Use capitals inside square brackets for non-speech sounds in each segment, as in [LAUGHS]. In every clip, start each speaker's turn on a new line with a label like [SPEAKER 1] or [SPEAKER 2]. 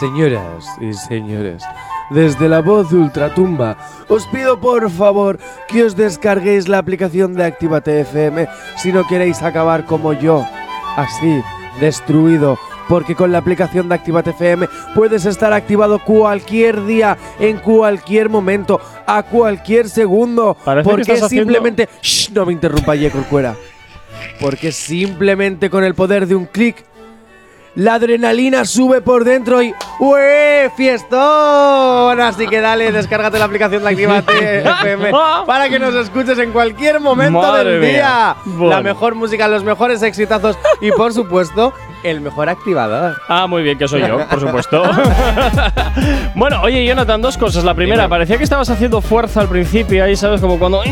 [SPEAKER 1] Señoras y señores, desde la voz de Ultratumba, os pido por favor que os descarguéis la aplicación de Actívate FM si no queréis acabar como yo, así, destruido. Porque con la aplicación de Actívate FM puedes estar activado cualquier día, en cualquier momento, a cualquier segundo.
[SPEAKER 2] Parece que
[SPEAKER 1] porque
[SPEAKER 2] estás haciendo-
[SPEAKER 1] simplemente. Shh, no me interrumpa, Yeco Corcuera. Porque simplemente con el poder de un clic, la adrenalina sube por dentro y ¡Ué! ¡Fiestón! Así que dale, descárgate la aplicación de [LAUGHS] Actívate FM para que nos escuches en cualquier momento
[SPEAKER 2] Madre
[SPEAKER 1] del
[SPEAKER 2] mía.
[SPEAKER 1] día. La
[SPEAKER 2] Bueno.
[SPEAKER 1] mejor música, los mejores exitazos y, por supuesto, el mejor activador.
[SPEAKER 2] Ah, muy bien, que soy yo, por
[SPEAKER 1] [LAUGHS]
[SPEAKER 2] supuesto. [LAUGHS] bueno, oye, Jonathan, dos cosas. La primera,
[SPEAKER 1] Ah. Dime.
[SPEAKER 2] parecía que estabas haciendo fuerza al principio, ahí, ¿sabes? Como cuando...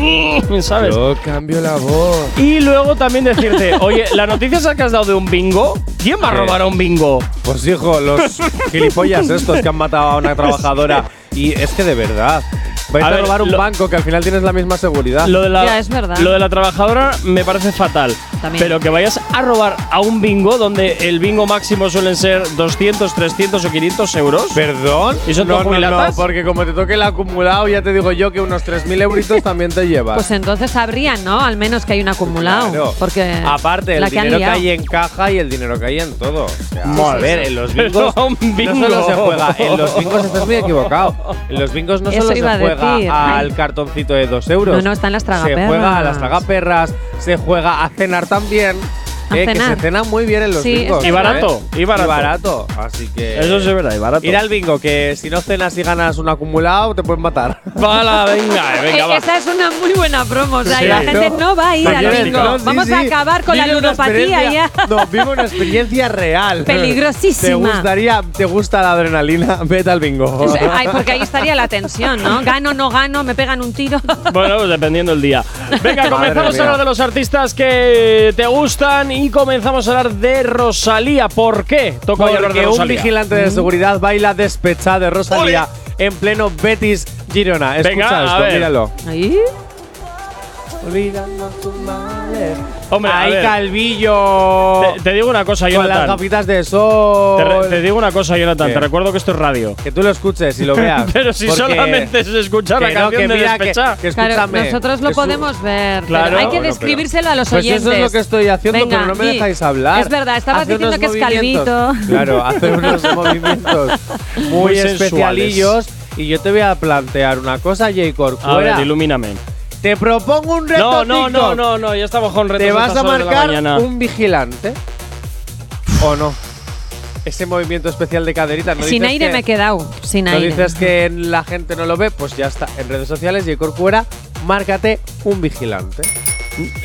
[SPEAKER 2] [LAUGHS] ¿Sabes?
[SPEAKER 1] Yo cambio la voz.
[SPEAKER 2] Y luego también decirte, oye, la noticia esa que has dado de un bingo, ¿quién va a
[SPEAKER 1] Eh.
[SPEAKER 2] robar a un bingo?
[SPEAKER 1] Pues hijo, [LAUGHS] los gilipollas estos que han matado a una [LAUGHS] trabajadora. Y es que de verdad, vais
[SPEAKER 2] A
[SPEAKER 1] a,
[SPEAKER 2] ver,
[SPEAKER 1] robar un
[SPEAKER 2] lo-
[SPEAKER 1] banco que al final tienes la misma seguridad.
[SPEAKER 2] Lo de la,
[SPEAKER 3] Ya, es verdad.
[SPEAKER 2] Lo de la trabajadora me parece fatal.
[SPEAKER 3] También.
[SPEAKER 2] Pero que vayas a robar a un bingo donde el bingo máximo suelen ser 200, 300 o 500 euros.
[SPEAKER 1] ¿Perdón?
[SPEAKER 2] ¿Y son
[SPEAKER 1] no,
[SPEAKER 2] todos
[SPEAKER 1] no, no,
[SPEAKER 2] jubilatas?
[SPEAKER 1] porque como te toque el acumulado, ya te digo yo que unos 3.000 euritos también te llevas.
[SPEAKER 3] Pues entonces sabrían, ¿no? Al menos que hay un acumulado.
[SPEAKER 1] Claro.
[SPEAKER 3] Porque
[SPEAKER 1] aparte
[SPEAKER 3] la
[SPEAKER 1] el
[SPEAKER 3] que han
[SPEAKER 1] dinero que,
[SPEAKER 3] liado.
[SPEAKER 1] hay en caja y el dinero que hay en todo. O sea,
[SPEAKER 2] Madre.
[SPEAKER 1] a ver, en los
[SPEAKER 2] [LAUGHS]
[SPEAKER 1] bingos
[SPEAKER 2] Pero un
[SPEAKER 1] no
[SPEAKER 2] bingo.
[SPEAKER 1] solo se juega, en los bingos estás muy equivocado. En los bingos no
[SPEAKER 3] Eso
[SPEAKER 1] solo se
[SPEAKER 3] iba a
[SPEAKER 1] juega
[SPEAKER 3] decir.
[SPEAKER 1] al cartoncito de dos euros.
[SPEAKER 3] No, no, están las
[SPEAKER 1] Se
[SPEAKER 3] tragaperras.
[SPEAKER 1] juega a las tragaperras, se juega a cenar también.
[SPEAKER 3] A
[SPEAKER 1] eh,
[SPEAKER 3] cenar.
[SPEAKER 1] Que se cena muy bien en los
[SPEAKER 3] Sí,
[SPEAKER 1] bingos.
[SPEAKER 3] es
[SPEAKER 2] Y barato,
[SPEAKER 1] ¿eh?
[SPEAKER 2] y barato.
[SPEAKER 1] Así que.
[SPEAKER 2] Eso sí es verdad, y barato.
[SPEAKER 1] Ir al bingo, que si no cenas y ganas un acumulado, te pueden matar.
[SPEAKER 2] Vala, venga, eh, venga,
[SPEAKER 3] Eh,
[SPEAKER 2] va.
[SPEAKER 3] esa es una muy buena promo, o sea,
[SPEAKER 2] Sí,
[SPEAKER 3] y la
[SPEAKER 2] ¿no?
[SPEAKER 3] gente no va a ir al
[SPEAKER 2] Magnífico.
[SPEAKER 3] bingo.
[SPEAKER 2] No, sí,
[SPEAKER 3] Vamos a acabar con la
[SPEAKER 1] Vive una
[SPEAKER 3] ludopatía ya. [LAUGHS]
[SPEAKER 1] experiencia-
[SPEAKER 2] [LAUGHS]
[SPEAKER 1] No, vive una experiencia real.
[SPEAKER 3] Peligrosísima.
[SPEAKER 1] ¿Te gustaría, te gusta la
[SPEAKER 2] [LAUGHS]
[SPEAKER 1] adrenalina? Vete al bingo.
[SPEAKER 3] Es- ay, porque ahí estaría la tensión, ¿no? Gano, no gano, me pegan un tiro. [LAUGHS]
[SPEAKER 2] Bueno, pues dependiendo el día. Venga,
[SPEAKER 1] Madre
[SPEAKER 2] comenzamos a
[SPEAKER 1] mía.
[SPEAKER 2] hablar de los artistas que te gustan y comenzamos a hablar de Rosalía. ¿Por qué? Toca hoy hablar de
[SPEAKER 1] Porque un
[SPEAKER 2] Rosalía. Mm.
[SPEAKER 1] vigilante de seguridad baila despechada de Rosalía en pleno Betis Girona. Escucha
[SPEAKER 2] Venga, a
[SPEAKER 1] esto,
[SPEAKER 2] ver.
[SPEAKER 1] míralo.
[SPEAKER 3] Ahí.
[SPEAKER 2] Hombre, a
[SPEAKER 1] Ahí
[SPEAKER 2] ver,
[SPEAKER 1] Calvillo.
[SPEAKER 2] te, te digo una cosa,
[SPEAKER 1] con las
[SPEAKER 2] Jonathan.
[SPEAKER 1] gafitas de
[SPEAKER 2] Te, re-
[SPEAKER 1] sol.
[SPEAKER 2] te digo una cosa, Jonathan.
[SPEAKER 1] ¿Qué?
[SPEAKER 2] Te recuerdo que esto es
[SPEAKER 1] [LAUGHS]
[SPEAKER 2] radio.
[SPEAKER 1] que tú lo escuches
[SPEAKER 2] [LAUGHS]
[SPEAKER 1] y lo veas.
[SPEAKER 2] Pero si
[SPEAKER 1] porque-
[SPEAKER 2] solamente se escucha la
[SPEAKER 1] que no,
[SPEAKER 2] canción
[SPEAKER 1] que
[SPEAKER 2] de
[SPEAKER 1] mira, que,
[SPEAKER 2] Despechá.
[SPEAKER 1] que
[SPEAKER 3] Claro,
[SPEAKER 1] escúchame.
[SPEAKER 3] nosotros lo
[SPEAKER 1] que su-
[SPEAKER 3] podemos ver. pero
[SPEAKER 2] Claro.
[SPEAKER 3] hay que
[SPEAKER 2] Bueno, pero-
[SPEAKER 3] describírselo a los
[SPEAKER 1] Pues
[SPEAKER 3] oyentes.
[SPEAKER 1] eso es lo que estoy haciendo,
[SPEAKER 3] Venga,
[SPEAKER 1] pero no me
[SPEAKER 3] di.
[SPEAKER 1] dejáis hablar.
[SPEAKER 3] Es verdad, estabas
[SPEAKER 1] Hace
[SPEAKER 3] diciendo
[SPEAKER 1] unos
[SPEAKER 3] que es
[SPEAKER 1] movimientos.
[SPEAKER 3] calvito. [LAUGHS]
[SPEAKER 1] Claro, hace unos movimientos muy
[SPEAKER 2] Muy sensuales.
[SPEAKER 1] especialillos. Y yo te voy a plantear una cosa, J.
[SPEAKER 2] A ver,
[SPEAKER 1] Corcuera.
[SPEAKER 2] ilumíname.
[SPEAKER 1] Te propongo un reto
[SPEAKER 2] No, no, no,
[SPEAKER 1] TikTok.
[SPEAKER 2] no, no, ya estamos con retos
[SPEAKER 1] Te vas
[SPEAKER 2] hasta
[SPEAKER 1] a
[SPEAKER 2] las horas de la mañana.
[SPEAKER 1] marcar un vigilante. ¿O no? Ese movimiento especial de caderita. ¿no
[SPEAKER 3] Sin
[SPEAKER 1] dices
[SPEAKER 3] aire
[SPEAKER 1] que-
[SPEAKER 3] me he quedado. Sin
[SPEAKER 1] No
[SPEAKER 3] aire.
[SPEAKER 1] dices que la gente no lo ve, pues ya está. En redes sociales, J. Corcuera, márcate un vigilante.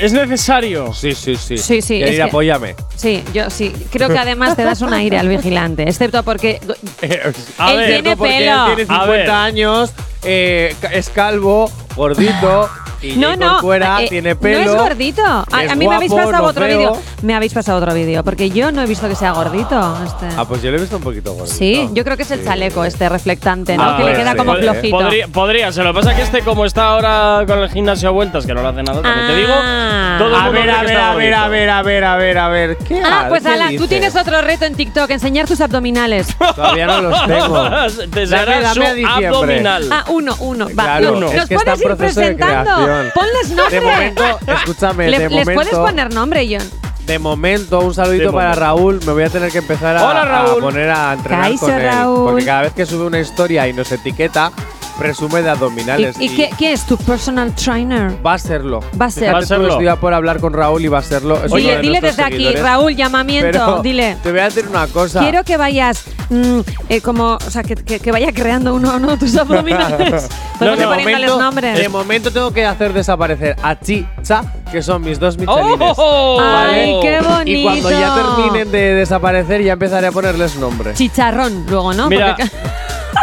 [SPEAKER 2] Es necesario.
[SPEAKER 1] Sí, sí, sí.
[SPEAKER 3] Sí, sí,
[SPEAKER 1] Yair,
[SPEAKER 3] es que-
[SPEAKER 2] [LAUGHS]
[SPEAKER 1] apóyame.
[SPEAKER 3] Sí, yo sí. Creo que además te das un aire al vigilante, excepto porque
[SPEAKER 2] A
[SPEAKER 3] Él
[SPEAKER 2] ver,
[SPEAKER 3] tiene
[SPEAKER 1] porque
[SPEAKER 3] pelo.
[SPEAKER 1] Él tiene
[SPEAKER 2] A
[SPEAKER 1] 50
[SPEAKER 2] ver.
[SPEAKER 1] años, eh, ca- es calvo, gordito. Y
[SPEAKER 3] No,
[SPEAKER 1] Jacob
[SPEAKER 3] no,
[SPEAKER 1] Cuera
[SPEAKER 3] eh,
[SPEAKER 1] tiene pelo.
[SPEAKER 3] no es gordito. A,
[SPEAKER 1] es
[SPEAKER 3] a mí me habéis
[SPEAKER 1] guapo,
[SPEAKER 3] pasado
[SPEAKER 1] no
[SPEAKER 3] otro
[SPEAKER 1] feo.
[SPEAKER 3] vídeo. Me habéis pasado otro vídeo, porque yo no he visto que sea gordito. este.
[SPEAKER 1] Ah, pues yo lo he visto un poquito gordito.
[SPEAKER 3] sí, yo creo que es el chaleco este reflectante, ¿no?
[SPEAKER 2] Ah,
[SPEAKER 3] que
[SPEAKER 2] pues
[SPEAKER 3] le queda
[SPEAKER 2] sí.
[SPEAKER 3] como
[SPEAKER 2] Pod-
[SPEAKER 3] flojito.
[SPEAKER 2] Podría, podría, se lo pasa que este, como está ahora con el gimnasio a vueltas, que no lo hace nada, también te digo.
[SPEAKER 3] Ah.
[SPEAKER 2] Todo el
[SPEAKER 1] A
[SPEAKER 2] mundo
[SPEAKER 1] ver,
[SPEAKER 2] dice
[SPEAKER 1] a
[SPEAKER 2] que
[SPEAKER 1] ver,
[SPEAKER 2] está
[SPEAKER 1] a ver, a
[SPEAKER 2] bonito.
[SPEAKER 1] ver, a ver, a ver, a ver. ¿Qué
[SPEAKER 3] Ah,
[SPEAKER 1] ha-
[SPEAKER 3] pues
[SPEAKER 1] qué
[SPEAKER 3] Alan, tú
[SPEAKER 1] dices?
[SPEAKER 3] tienes otro reto en TikTok, enseñar tus abdominales.
[SPEAKER 1] Todavía no
[SPEAKER 3] [LAUGHS]
[SPEAKER 1] los tengo.
[SPEAKER 2] [LAUGHS]
[SPEAKER 1] Dame-
[SPEAKER 2] Te será
[SPEAKER 1] dame a
[SPEAKER 2] su
[SPEAKER 1] diciembre.
[SPEAKER 2] abdominal.
[SPEAKER 3] Ah, uno, uno. Va,
[SPEAKER 1] Claro,
[SPEAKER 3] no,
[SPEAKER 1] es
[SPEAKER 3] Nos
[SPEAKER 1] que está
[SPEAKER 3] puedes
[SPEAKER 1] en
[SPEAKER 3] ir
[SPEAKER 1] proceso de
[SPEAKER 3] presentando.
[SPEAKER 1] creación.
[SPEAKER 3] Ponles
[SPEAKER 1] De
[SPEAKER 3] nombre.
[SPEAKER 1] momento, escúchame,
[SPEAKER 3] Le-
[SPEAKER 1] de
[SPEAKER 3] les
[SPEAKER 1] momento.
[SPEAKER 3] puedes poner nombre, John.
[SPEAKER 1] De momento, un saludito
[SPEAKER 2] De
[SPEAKER 1] para
[SPEAKER 2] momento.
[SPEAKER 1] Raúl. Me voy a tener que empezar a,
[SPEAKER 2] Hola, Raúl.
[SPEAKER 1] a poner a entrenar
[SPEAKER 3] Caixo,
[SPEAKER 1] con él.
[SPEAKER 3] Raúl.
[SPEAKER 1] Porque cada vez que sube una historia y nos etiqueta, presume de abdominales.
[SPEAKER 3] ¿Y, y qué, quién es tu personal trainer?
[SPEAKER 1] Va a serlo.
[SPEAKER 3] Va a ser.
[SPEAKER 1] Fíjate
[SPEAKER 2] Va a
[SPEAKER 1] tú,
[SPEAKER 2] serlo.
[SPEAKER 1] Estoy a por hablar con Raúl y va a serlo. Es Pues uno
[SPEAKER 3] Dile,
[SPEAKER 1] de
[SPEAKER 3] dile
[SPEAKER 1] nuestros
[SPEAKER 3] desde aquí,
[SPEAKER 1] seguidores.
[SPEAKER 3] Raúl, llamamiento.
[SPEAKER 1] [LAUGHS] Pero
[SPEAKER 3] dile.
[SPEAKER 1] Te voy a decir una cosa.
[SPEAKER 3] Quiero que vayas mm, eh, como, o sea, que, que- que vaya creando uno a uno
[SPEAKER 1] [LAUGHS]
[SPEAKER 3] tus abdominales. Podemos
[SPEAKER 2] de
[SPEAKER 3] ir poniéndoles nombres.
[SPEAKER 1] de momento tengo que hacer desaparecer a Chicha, que son mis dos michelines.
[SPEAKER 2] ¡Oh!
[SPEAKER 3] Ay, qué bonito.
[SPEAKER 1] Y cuando ya terminen de desaparecer, ya empezaré a ponerles nombres.
[SPEAKER 3] Chicharrón, luego, ¿no?
[SPEAKER 2] Mira,
[SPEAKER 3] Porque- [LAUGHS]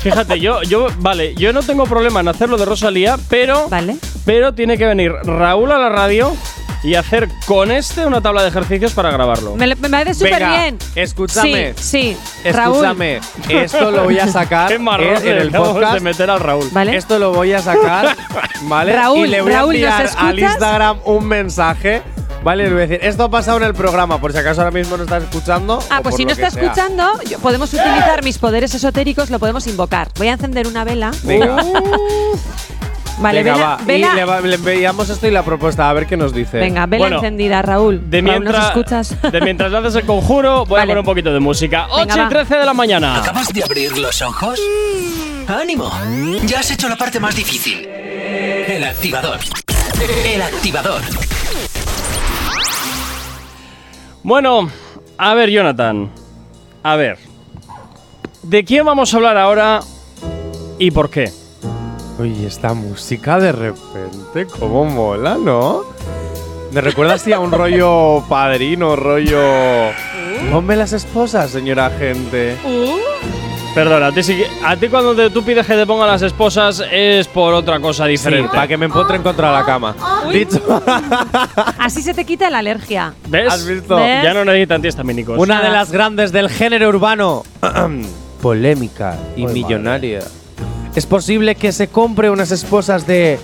[SPEAKER 2] Fíjate, yo, yo, vale, yo no tengo problema en hacerlo de Rosalía, pero,
[SPEAKER 3] Vale.
[SPEAKER 2] pero tiene que venir Raúl a la radio y hacer con este una tabla de ejercicios para grabarlo.
[SPEAKER 3] me, me parece súper
[SPEAKER 1] Venga,
[SPEAKER 3] bien.
[SPEAKER 1] escúchame.
[SPEAKER 3] Sí, sí. Raúl.
[SPEAKER 1] Escúchame, esto lo voy a sacar
[SPEAKER 2] [LAUGHS] qué marrón
[SPEAKER 1] eh, en
[SPEAKER 2] le
[SPEAKER 1] el
[SPEAKER 2] acabamos de
[SPEAKER 1] podcast.
[SPEAKER 2] meter al Raúl.
[SPEAKER 3] Vale.
[SPEAKER 1] Esto
[SPEAKER 2] [LAUGHS]
[SPEAKER 1] lo voy a sacar, ¿vale?
[SPEAKER 3] Raúl,
[SPEAKER 1] y le voy
[SPEAKER 3] Raúl,
[SPEAKER 1] a enviar
[SPEAKER 3] ¿nos
[SPEAKER 1] al
[SPEAKER 3] escuchas?
[SPEAKER 1] Instagram un mensaje Vale, les voy a decir, esto ha pasado en el programa, por si acaso ahora mismo no estás escuchando.
[SPEAKER 3] Ah,
[SPEAKER 1] o por
[SPEAKER 3] pues si no
[SPEAKER 1] lo que
[SPEAKER 3] está
[SPEAKER 1] sea. ¡Eh!
[SPEAKER 3] escuchando, yo- podemos utilizar mis poderes esotéricos, lo podemos invocar. Voy a encender una vela.
[SPEAKER 1] Venga.
[SPEAKER 3] Uh, Vale,
[SPEAKER 1] Venga,
[SPEAKER 3] vela,
[SPEAKER 1] va.
[SPEAKER 3] vela.
[SPEAKER 1] Y le, va- le veíamos esto y la propuesta, a ver qué nos dice.
[SPEAKER 3] Venga, vela
[SPEAKER 2] Bueno,
[SPEAKER 3] encendida, Raúl.
[SPEAKER 2] De
[SPEAKER 3] Raúl, ¿nos
[SPEAKER 2] mientras,
[SPEAKER 3] escuchas?
[SPEAKER 2] de mientras lanzas el conjuro, voy a
[SPEAKER 3] Vale.
[SPEAKER 2] poner un poquito de música.
[SPEAKER 3] Venga,
[SPEAKER 2] 8 y
[SPEAKER 3] va.
[SPEAKER 2] 13 de la mañana.
[SPEAKER 4] ¿Acabas de abrir los ojos? ¡Ánimo! Ya has hecho la parte más difícil. El activador. El activador.
[SPEAKER 2] Bueno, a ver, Jonathan. A ver. ¿De quién vamos a hablar ahora y por qué?
[SPEAKER 1] Oye, esta música de repente, cómo mola, ¿no? Me recuerda así a un rollo padrino, rollo.
[SPEAKER 3] [LAUGHS]
[SPEAKER 1] Ponme las esposas, señora gente.
[SPEAKER 2] Perdona, a ti, sí que- a ti cuando te- tú pides que te pongan las esposas es por otra cosa diferente.
[SPEAKER 1] para que me empotren contra la cama.
[SPEAKER 3] Ah,
[SPEAKER 1] Dicho.
[SPEAKER 3] [LAUGHS] Así se te quita la alergia.
[SPEAKER 2] ¿Ves?
[SPEAKER 1] [LAUGHS] ¿Has visto?
[SPEAKER 3] ¿Ves?
[SPEAKER 2] Ya no necesitan antihistamínicos.
[SPEAKER 1] Una de las grandes del género
[SPEAKER 3] [CLEARS THROAT]
[SPEAKER 1] urbano. Polémica y
[SPEAKER 2] Ay,
[SPEAKER 1] millonaria. Es posible que se compre unas esposas de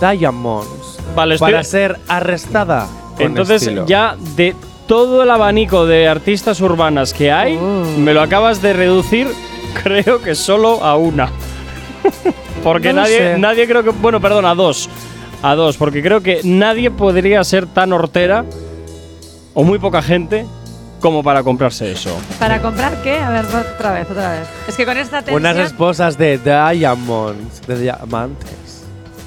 [SPEAKER 1] Diamonds
[SPEAKER 2] Vale, estoy-
[SPEAKER 1] para ser arrestada. con
[SPEAKER 2] Entonces
[SPEAKER 1] estilo.
[SPEAKER 2] ya de todo el abanico de artistas urbanas que hay,
[SPEAKER 3] Oh.
[SPEAKER 2] me lo acabas de reducir, [LAUGHS] creo que solo a una. [LAUGHS] porque
[SPEAKER 1] No lo
[SPEAKER 2] nadie,
[SPEAKER 1] sé.
[SPEAKER 2] nadie creo que... Bueno, perdón, a dos. A dos, porque creo que nadie podría ser tan hortera, o muy poca gente, como para comprarse eso.
[SPEAKER 3] ¿Para comprar qué? A ver, otra vez, otra vez. Es que con esta tensión…
[SPEAKER 1] Unas esposas de Diamonds. De diamantes.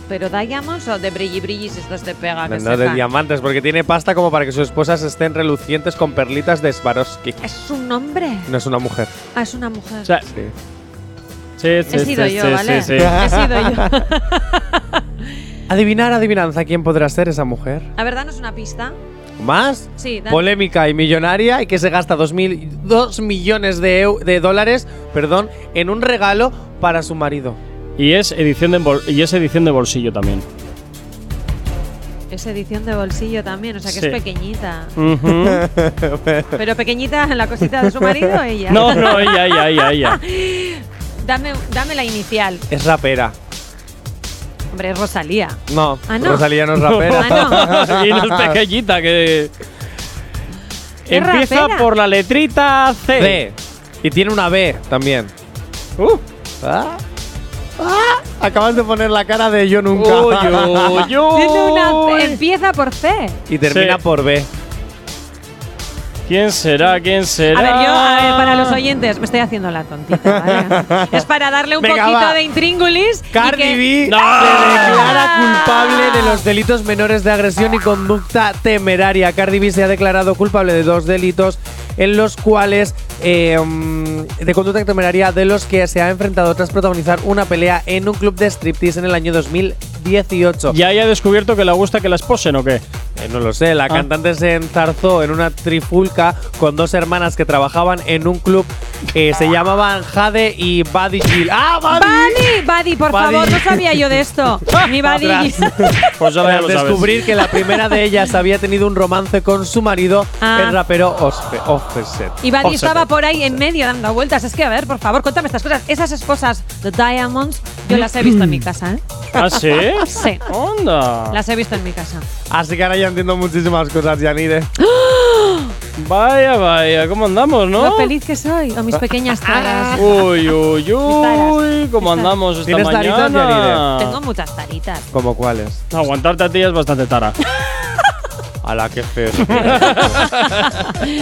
[SPEAKER 3] ¿Pero diamonds o de brilli brillis estos te pega?
[SPEAKER 1] No,
[SPEAKER 3] que
[SPEAKER 1] no, de
[SPEAKER 3] sepan?
[SPEAKER 1] diamantes, porque tiene pasta como para que sus esposas estén relucientes con perlitas de Swarovski.
[SPEAKER 3] ¿Es un hombre?
[SPEAKER 1] No es una mujer.
[SPEAKER 3] Ah, es una mujer.
[SPEAKER 2] O sea,
[SPEAKER 1] Sí.
[SPEAKER 2] sí, sí,
[SPEAKER 3] He
[SPEAKER 2] sí,
[SPEAKER 3] sido
[SPEAKER 2] sí,
[SPEAKER 3] yo,
[SPEAKER 2] sí,
[SPEAKER 3] ¿vale?
[SPEAKER 2] sí.
[SPEAKER 3] [LAUGHS] He sido yo.
[SPEAKER 2] [LAUGHS]
[SPEAKER 1] Adivinar, adivinanza, ¿quién podrá ser esa mujer?
[SPEAKER 3] A ver, danos una pista.
[SPEAKER 1] ¿Más?
[SPEAKER 3] Sí, dan-
[SPEAKER 1] Polémica y millonaria y que se gasta 2 millones de, eu- de dólares perdón, en un regalo para su marido.
[SPEAKER 2] Y es, edición de bol- y es edición de bolsillo también.
[SPEAKER 3] Es edición de bolsillo también, o sea que
[SPEAKER 2] Sí.
[SPEAKER 3] es pequeñita.
[SPEAKER 2] Ujú. [LAUGHS]
[SPEAKER 3] [LAUGHS] Pero pequeñita en la cosita de su marido o ella.
[SPEAKER 2] no, no, ella, ella, ella,
[SPEAKER 3] [LAUGHS]
[SPEAKER 2] ella.
[SPEAKER 3] Dame, dame la inicial.
[SPEAKER 1] Es rapera.
[SPEAKER 3] Hombre, es Rosalía.
[SPEAKER 1] No,
[SPEAKER 3] Ah, no.
[SPEAKER 1] Rosalía no es rapera.
[SPEAKER 3] [LAUGHS]
[SPEAKER 2] [LAUGHS]
[SPEAKER 3] Ah,
[SPEAKER 2] y no es pequeñita, que.
[SPEAKER 3] Qué
[SPEAKER 2] Empieza
[SPEAKER 3] rapera.
[SPEAKER 2] por la letrita C.
[SPEAKER 1] D. Y tiene una B también.
[SPEAKER 2] Uh,
[SPEAKER 1] Ah. Ah. Acabas de poner la cara de yo
[SPEAKER 2] uy,
[SPEAKER 1] nunca.
[SPEAKER 2] [LAUGHS] uy, uy.
[SPEAKER 3] Tiene una- empieza por C.
[SPEAKER 1] [LAUGHS] y termina
[SPEAKER 2] Sí.
[SPEAKER 1] por B.
[SPEAKER 2] ¿Quién será? ¿Quién será?
[SPEAKER 3] A ver, yo, a ver, para los oyentes, me estoy haciendo la tontita,
[SPEAKER 1] [LAUGHS]
[SPEAKER 3] ¿vale? es para darle un
[SPEAKER 1] Venga,
[SPEAKER 3] poquito
[SPEAKER 1] va.
[SPEAKER 3] de intríngulis. y
[SPEAKER 1] Cardi
[SPEAKER 3] que-
[SPEAKER 1] B
[SPEAKER 2] No.
[SPEAKER 1] se declara culpable de los delitos menores de agresión y conducta temeraria. Cardi B se ha declarado culpable de dos delitos en los cuales eh, mm, de conducta temeraria de los que se ha enfrentado tras protagonizar una pelea en un club de striptease en el año 2018.
[SPEAKER 2] ¿Ya haya descubierto que le gusta que las posen o qué?
[SPEAKER 1] Eh, no lo sé,
[SPEAKER 3] Ah.
[SPEAKER 1] la cantante se enzarzó en una trifulca con dos hermanas que trabajaban en un club que
[SPEAKER 3] Ah.
[SPEAKER 1] se llamaban Jade y Buddy Chill. ¡Ah, Buddy!
[SPEAKER 3] Buddy, Buddy, por
[SPEAKER 1] Buddy.
[SPEAKER 3] favor, no sabía yo
[SPEAKER 1] [LAUGHS]
[SPEAKER 3] de esto. Mi Buddy. [LAUGHS]
[SPEAKER 1] Atrás. [LAUGHS]
[SPEAKER 2] Pues ahora ya
[SPEAKER 1] Tras
[SPEAKER 2] lo sabes.
[SPEAKER 1] descubrir que la primera de ellas había tenido un romance con su marido,
[SPEAKER 3] Ah.
[SPEAKER 1] el rapero Osfe- Offset.
[SPEAKER 3] Y Buddy
[SPEAKER 2] Offset.
[SPEAKER 3] estaba por ahí en medio dando vueltas. Es que, a ver, por favor, cuéntame estas cosas. Esas esposas, The Diamonds, yo las he visto en mi casa, ¿eh?
[SPEAKER 2] ¿Ah, sí?
[SPEAKER 3] Sí.
[SPEAKER 2] ¡Onda!
[SPEAKER 3] Las he visto en mi casa.
[SPEAKER 1] Así que ahora ya entiendo muchísimas cosas, Yanire.
[SPEAKER 2] Vaya, vaya, ¿cómo andamos, no?
[SPEAKER 3] Lo
[SPEAKER 1] Oh.
[SPEAKER 3] feliz que soy, o mis pequeñas taras.
[SPEAKER 2] Uy,
[SPEAKER 3] [LAUGHS]
[SPEAKER 2] uy, uy,
[SPEAKER 3] taras.
[SPEAKER 2] ¿cómo
[SPEAKER 3] Mis taras.
[SPEAKER 2] andamos esta
[SPEAKER 1] ¿Tienes taritas, Ah.
[SPEAKER 2] mañana?
[SPEAKER 3] Tengo muchas taritas.
[SPEAKER 1] ¿Como cuáles?
[SPEAKER 2] Aguantarte a ti es bastante
[SPEAKER 3] [LAUGHS]
[SPEAKER 2] tara.
[SPEAKER 1] A la que [LAUGHS] feo.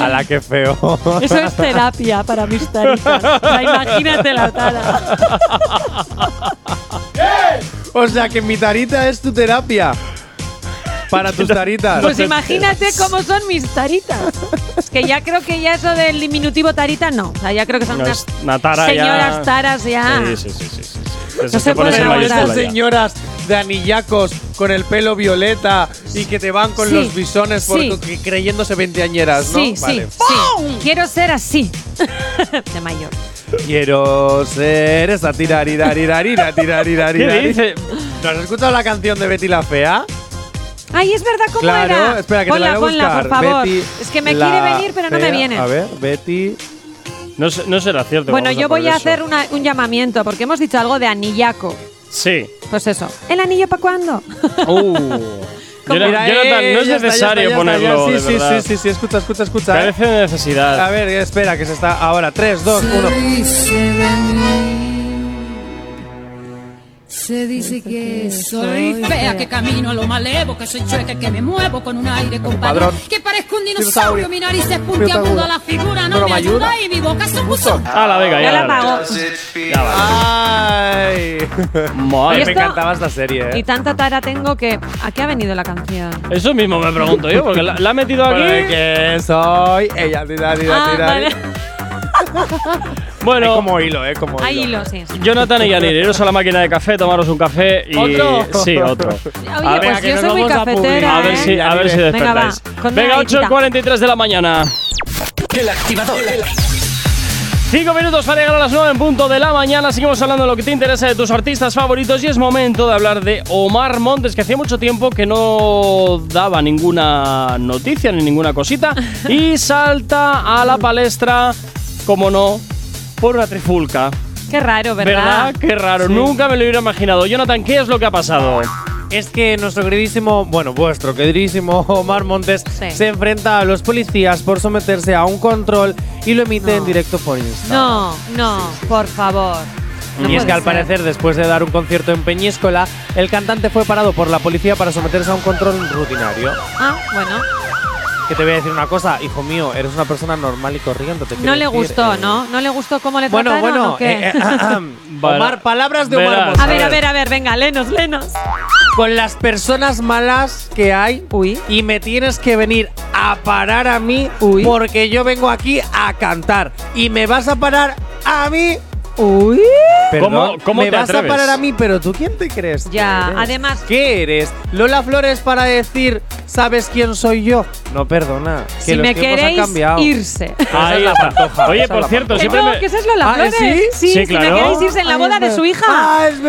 [SPEAKER 1] A la que feo.
[SPEAKER 3] Eso es terapia para mis taritas. Ya imagínate la tara.
[SPEAKER 1] o sea que mi tarita es tu terapia. Para tus taritas.
[SPEAKER 3] Pues imagínate cómo son mis taritas. Es que ya creo que ya eso del diminutivo tarita no. O sea, ya creo que son
[SPEAKER 2] No,
[SPEAKER 3] unas
[SPEAKER 2] es una tara ya.
[SPEAKER 3] señoras taras ya.
[SPEAKER 2] Sí, sí, sí, sí, sí, sí. Eso
[SPEAKER 3] Ah. se
[SPEAKER 2] te pones
[SPEAKER 3] pueden
[SPEAKER 2] en
[SPEAKER 1] Pero
[SPEAKER 3] aguantar.
[SPEAKER 2] mayúscula
[SPEAKER 1] estas
[SPEAKER 2] ya.
[SPEAKER 1] señoras de anillacos con el pelo violeta y que te van con
[SPEAKER 3] Sí.
[SPEAKER 1] los bisones por-
[SPEAKER 3] Sí.
[SPEAKER 1] que- creyéndose veinteañeras, ¿no?
[SPEAKER 3] Sí, sí,
[SPEAKER 1] Vale.
[SPEAKER 3] sí. Quiero ser así. [LAUGHS] De mayor.
[SPEAKER 1] Quiero ser esa tiraridarirarira,
[SPEAKER 2] ¿Qué
[SPEAKER 1] tiraridarirari.
[SPEAKER 2] dice?
[SPEAKER 1] ¿No has escuchado la canción de Betty la Fea?
[SPEAKER 3] Ay, es verdad, ¿cómo
[SPEAKER 1] claro,
[SPEAKER 3] era?
[SPEAKER 1] espera, que
[SPEAKER 3] ponla,
[SPEAKER 1] te la voy a
[SPEAKER 3] ponla,
[SPEAKER 1] buscar.
[SPEAKER 3] por favor.
[SPEAKER 1] Betty
[SPEAKER 3] es que me
[SPEAKER 1] la
[SPEAKER 3] quiere venir, pero no me
[SPEAKER 1] Fea.
[SPEAKER 3] viene.
[SPEAKER 1] A ver, Betty.
[SPEAKER 2] No, se- no será cierto.
[SPEAKER 3] Bueno,
[SPEAKER 2] vamos
[SPEAKER 3] yo voy
[SPEAKER 2] poner
[SPEAKER 3] a
[SPEAKER 2] eso.
[SPEAKER 3] hacer una- un llamamiento, porque hemos dicho algo de anillaco.
[SPEAKER 2] Sí.
[SPEAKER 3] Pues eso. ¿El anillo para cuándo?
[SPEAKER 2] Uh. Yo no-
[SPEAKER 1] Mira,
[SPEAKER 2] yo no
[SPEAKER 1] eh,
[SPEAKER 2] tan- no es
[SPEAKER 1] ya está, ya está,
[SPEAKER 2] necesario
[SPEAKER 1] ya está, ya,
[SPEAKER 2] ponerlo, de
[SPEAKER 1] Sí, sí,
[SPEAKER 2] verdad.
[SPEAKER 1] sí, sí, sí, escucha, escucha, escucha. eh.
[SPEAKER 2] Carece de
[SPEAKER 1] A
[SPEAKER 2] necesidad.
[SPEAKER 1] ver, espera, que se está ahora. 3, 2, 1.
[SPEAKER 5] Se dice que
[SPEAKER 6] Soy fea, que camino a lo malevo, que soy chueca, que me muevo con un aire compadrón.
[SPEAKER 1] padrón.
[SPEAKER 6] Que parezco un
[SPEAKER 1] Dinosaurio.
[SPEAKER 6] dinosaurio, mi nariz es
[SPEAKER 1] Dinosaurio.
[SPEAKER 6] puntiaguda, la figura
[SPEAKER 1] Pero
[SPEAKER 6] no me
[SPEAKER 1] me ayuda.
[SPEAKER 6] ayuda y mi boca es un buzón.
[SPEAKER 2] Ah, la venga, ya.
[SPEAKER 3] Ya la apago.
[SPEAKER 2] Ya va.
[SPEAKER 1] ¡Ay!
[SPEAKER 2] Madre
[SPEAKER 3] Y
[SPEAKER 1] me
[SPEAKER 3] esto-
[SPEAKER 1] encantaba esta serie,
[SPEAKER 3] Y
[SPEAKER 1] eh.
[SPEAKER 3] tanta tara tengo que. ¿A qué ha venido la canción?
[SPEAKER 2] Eso mismo me pregunto yo, porque la, la ha metido aquí.
[SPEAKER 1] Bueno, de
[SPEAKER 2] Bueno,
[SPEAKER 1] que soy ella, tira, tira,
[SPEAKER 3] Ah,
[SPEAKER 1] tira.
[SPEAKER 3] vale. [LAUGHS]
[SPEAKER 1] Es como hilo, eh, como
[SPEAKER 3] Hay
[SPEAKER 1] hilo.
[SPEAKER 3] Ah, hilo, sí. sí.
[SPEAKER 2] Jonathan y Yanir, iros a la máquina de café, tomaros un café y.
[SPEAKER 1] ¿Otro?
[SPEAKER 2] Sí, otro.
[SPEAKER 3] Oye, pues yo soy muy cafetera.
[SPEAKER 2] A ver
[SPEAKER 3] ¿eh?
[SPEAKER 2] si, a ver si
[SPEAKER 3] Venga,
[SPEAKER 2] despertáis.
[SPEAKER 3] va, con
[SPEAKER 2] Venga,
[SPEAKER 3] una
[SPEAKER 2] 8.43 de la mañana.
[SPEAKER 4] El activador.
[SPEAKER 2] Cinco minutos para llegar a las 9 en punto de la mañana. Seguimos hablando de lo que te interesa de tus artistas favoritos y es momento de hablar de Omar Montes, que hacía mucho tiempo que no daba ninguna noticia ni ninguna cosita
[SPEAKER 1] [LAUGHS]
[SPEAKER 2] y salta a la palestra, como no, por una trifulca.
[SPEAKER 3] Qué raro, ¿verdad?
[SPEAKER 2] Qué raro, nunca me lo hubiera imaginado. Jonathan, ¿qué es lo que ha pasado?
[SPEAKER 1] Es que nuestro queridísimo, bueno, vuestro queridísimo Omar Montes
[SPEAKER 3] Sí.
[SPEAKER 1] se enfrenta a los policías por someterse a un control y lo emite
[SPEAKER 3] No.
[SPEAKER 1] en directo por Instagram.
[SPEAKER 3] No, no, por favor. No
[SPEAKER 1] y es
[SPEAKER 3] puede
[SPEAKER 1] que al
[SPEAKER 3] ser.
[SPEAKER 1] parecer, después de dar un concierto en Peñíscola, el cantante fue parado por la policía para someterse a un control rutinario.
[SPEAKER 3] Ah, bueno.
[SPEAKER 1] Que te voy a decir una cosa, hijo mío, eres una persona normal y corriente. te
[SPEAKER 3] No
[SPEAKER 1] quiero
[SPEAKER 3] le
[SPEAKER 1] decir,
[SPEAKER 3] gustó,
[SPEAKER 1] eh,
[SPEAKER 3] ¿no? No le gustó cómo le
[SPEAKER 1] Bueno,
[SPEAKER 3] trataron
[SPEAKER 1] bueno,
[SPEAKER 3] o qué?
[SPEAKER 1] eh, eh, ahem. Omar, palabras de Omar
[SPEAKER 2] Verás.
[SPEAKER 1] Montes.
[SPEAKER 3] [LAUGHS] a ver, a ver, a ver, venga, lenos, lenos.
[SPEAKER 1] Con las personas malas que hay,
[SPEAKER 3] Uy.
[SPEAKER 1] y me tienes que venir a parar a mí
[SPEAKER 3] Uy.
[SPEAKER 1] porque yo vengo aquí a cantar y me vas a parar a mí.
[SPEAKER 3] Uy.
[SPEAKER 2] ¿Cómo- cómo
[SPEAKER 1] me
[SPEAKER 2] te
[SPEAKER 1] vas
[SPEAKER 2] atreves?
[SPEAKER 1] a parar a mí, pero tú quién te crees? que
[SPEAKER 3] Ya,
[SPEAKER 1] eres?
[SPEAKER 3] además-
[SPEAKER 1] ¿Qué eres? Lola Flores para decir, ¿sabes quién soy yo? No, perdona, que
[SPEAKER 3] Si
[SPEAKER 1] los
[SPEAKER 3] me
[SPEAKER 1] tiempos han
[SPEAKER 3] queréis
[SPEAKER 1] cambiado.
[SPEAKER 3] irse.
[SPEAKER 1] Esa es la pantoja,
[SPEAKER 2] Oye,
[SPEAKER 1] esa es
[SPEAKER 2] por
[SPEAKER 1] la
[SPEAKER 2] cierto,
[SPEAKER 1] pantoja.
[SPEAKER 3] [LAUGHS] Que
[SPEAKER 2] siempre
[SPEAKER 3] no,
[SPEAKER 2] me-
[SPEAKER 3] que esa es Lola
[SPEAKER 1] Ah, ¿eh,
[SPEAKER 3] Flores.
[SPEAKER 1] sí?
[SPEAKER 2] Sí,
[SPEAKER 3] si me
[SPEAKER 2] claro.
[SPEAKER 3] queréis irse en la
[SPEAKER 1] Ay,
[SPEAKER 3] boda
[SPEAKER 1] es
[SPEAKER 3] de
[SPEAKER 1] ver-
[SPEAKER 3] su hija.
[SPEAKER 1] Ah, es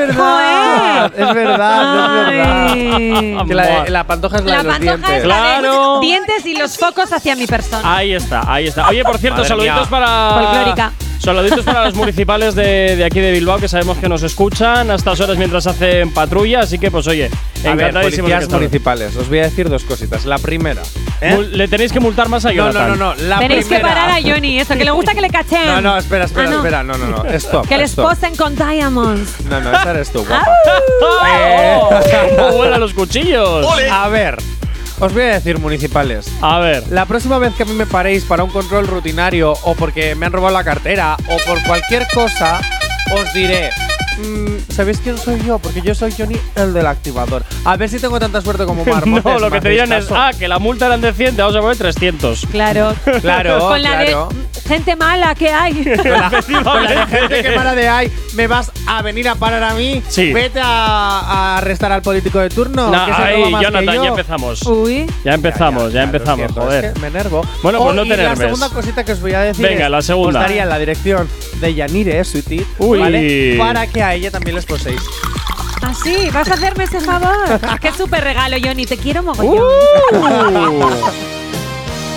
[SPEAKER 1] verdad.
[SPEAKER 3] Joder.
[SPEAKER 1] Es verdad, es verdad.
[SPEAKER 3] Ay.
[SPEAKER 1] Que la, la pantoja es la,
[SPEAKER 3] La
[SPEAKER 1] de los
[SPEAKER 3] pantoja
[SPEAKER 1] dientes.
[SPEAKER 3] es la
[SPEAKER 2] Claro.
[SPEAKER 3] de dientes y los focos hacia mi persona.
[SPEAKER 2] Ahí está, ahí está. Oye, por cierto,
[SPEAKER 1] Madre mía.
[SPEAKER 2] saluditos para.
[SPEAKER 3] Folclórica.
[SPEAKER 2] Saluditos para los municipales de, de aquí de Bilbao, que sabemos que nos escuchan a estas horas mientras hacen patrulla, así que pues oye,
[SPEAKER 1] A ver,
[SPEAKER 2] encantadísimos de que
[SPEAKER 1] policías
[SPEAKER 2] estar.
[SPEAKER 1] municipales, os voy a decir dos cositas. La primera.
[SPEAKER 2] Mul- Le tenéis que multar más a
[SPEAKER 1] ¿Eh? No,
[SPEAKER 2] Jonathan.
[SPEAKER 1] no, no, no. La
[SPEAKER 3] Tenéis que
[SPEAKER 1] primera.
[SPEAKER 3] parar a Johnny, esto, que le gusta que le cachen.
[SPEAKER 1] [LAUGHS] No, no, espera, espera,
[SPEAKER 3] Ah, no.
[SPEAKER 1] espera. No, no, no. [LAUGHS] Stop.
[SPEAKER 3] Que Ah. les
[SPEAKER 1] stop.
[SPEAKER 3] posen con
[SPEAKER 1] [LAUGHS]
[SPEAKER 3] diamonds.
[SPEAKER 1] No, no, esa eres tú, guapa. Eh,
[SPEAKER 2] ¡Oh! ¡Cómo vuelan los cuchillos!
[SPEAKER 1] A ver, os voy a decir municipales.
[SPEAKER 2] A ver.
[SPEAKER 1] La próxima vez que a mí me paréis para un control rutinario o porque me han robado la cartera o por cualquier cosa, os diré, mm, ¿sabéis quién soy yo? Porque yo soy Johnny, el del activador. A ver si tengo tanta suerte [LAUGHS] como Marmot.
[SPEAKER 2] [LAUGHS] No, lo que te dirán es, ah, que la multa eran de 100, te vamos a poner 300.
[SPEAKER 3] Claro.
[SPEAKER 1] Claro,
[SPEAKER 3] [LAUGHS] Con la
[SPEAKER 1] claro.
[SPEAKER 3] de gente mala que hay.
[SPEAKER 2] [LAUGHS]
[SPEAKER 1] Con la gente que
[SPEAKER 2] Efectivamente.
[SPEAKER 1] para de ahí, ¿me vas a venir a parar a mí?
[SPEAKER 2] Sí.
[SPEAKER 1] Vete a, a arrestar al político de turno.
[SPEAKER 2] Nah,
[SPEAKER 1] que se
[SPEAKER 2] ahí,
[SPEAKER 1] roba más que
[SPEAKER 2] Jonathan,
[SPEAKER 1] yo.
[SPEAKER 2] ya empezamos.
[SPEAKER 3] [LAUGHS] Uy.
[SPEAKER 2] Ya empezamos, ya,
[SPEAKER 1] lo
[SPEAKER 2] empezamos,
[SPEAKER 1] siento,
[SPEAKER 2] joder.
[SPEAKER 1] es que me enervo. Oh,
[SPEAKER 2] Bueno, pues no
[SPEAKER 1] y
[SPEAKER 2] te
[SPEAKER 1] La
[SPEAKER 2] enerves.
[SPEAKER 1] segunda cosita que os voy a decir.
[SPEAKER 2] Venga,
[SPEAKER 1] es,
[SPEAKER 2] la segunda.
[SPEAKER 1] Os daría la dirección de Yanire Suiti.
[SPEAKER 2] Uy.
[SPEAKER 1] ¿vale? Para que a ella también les poséis.
[SPEAKER 3] Así, vas a hacerme ese favor. Qué súper regalo, Johnny. Te quiero mogollón.
[SPEAKER 1] Uh.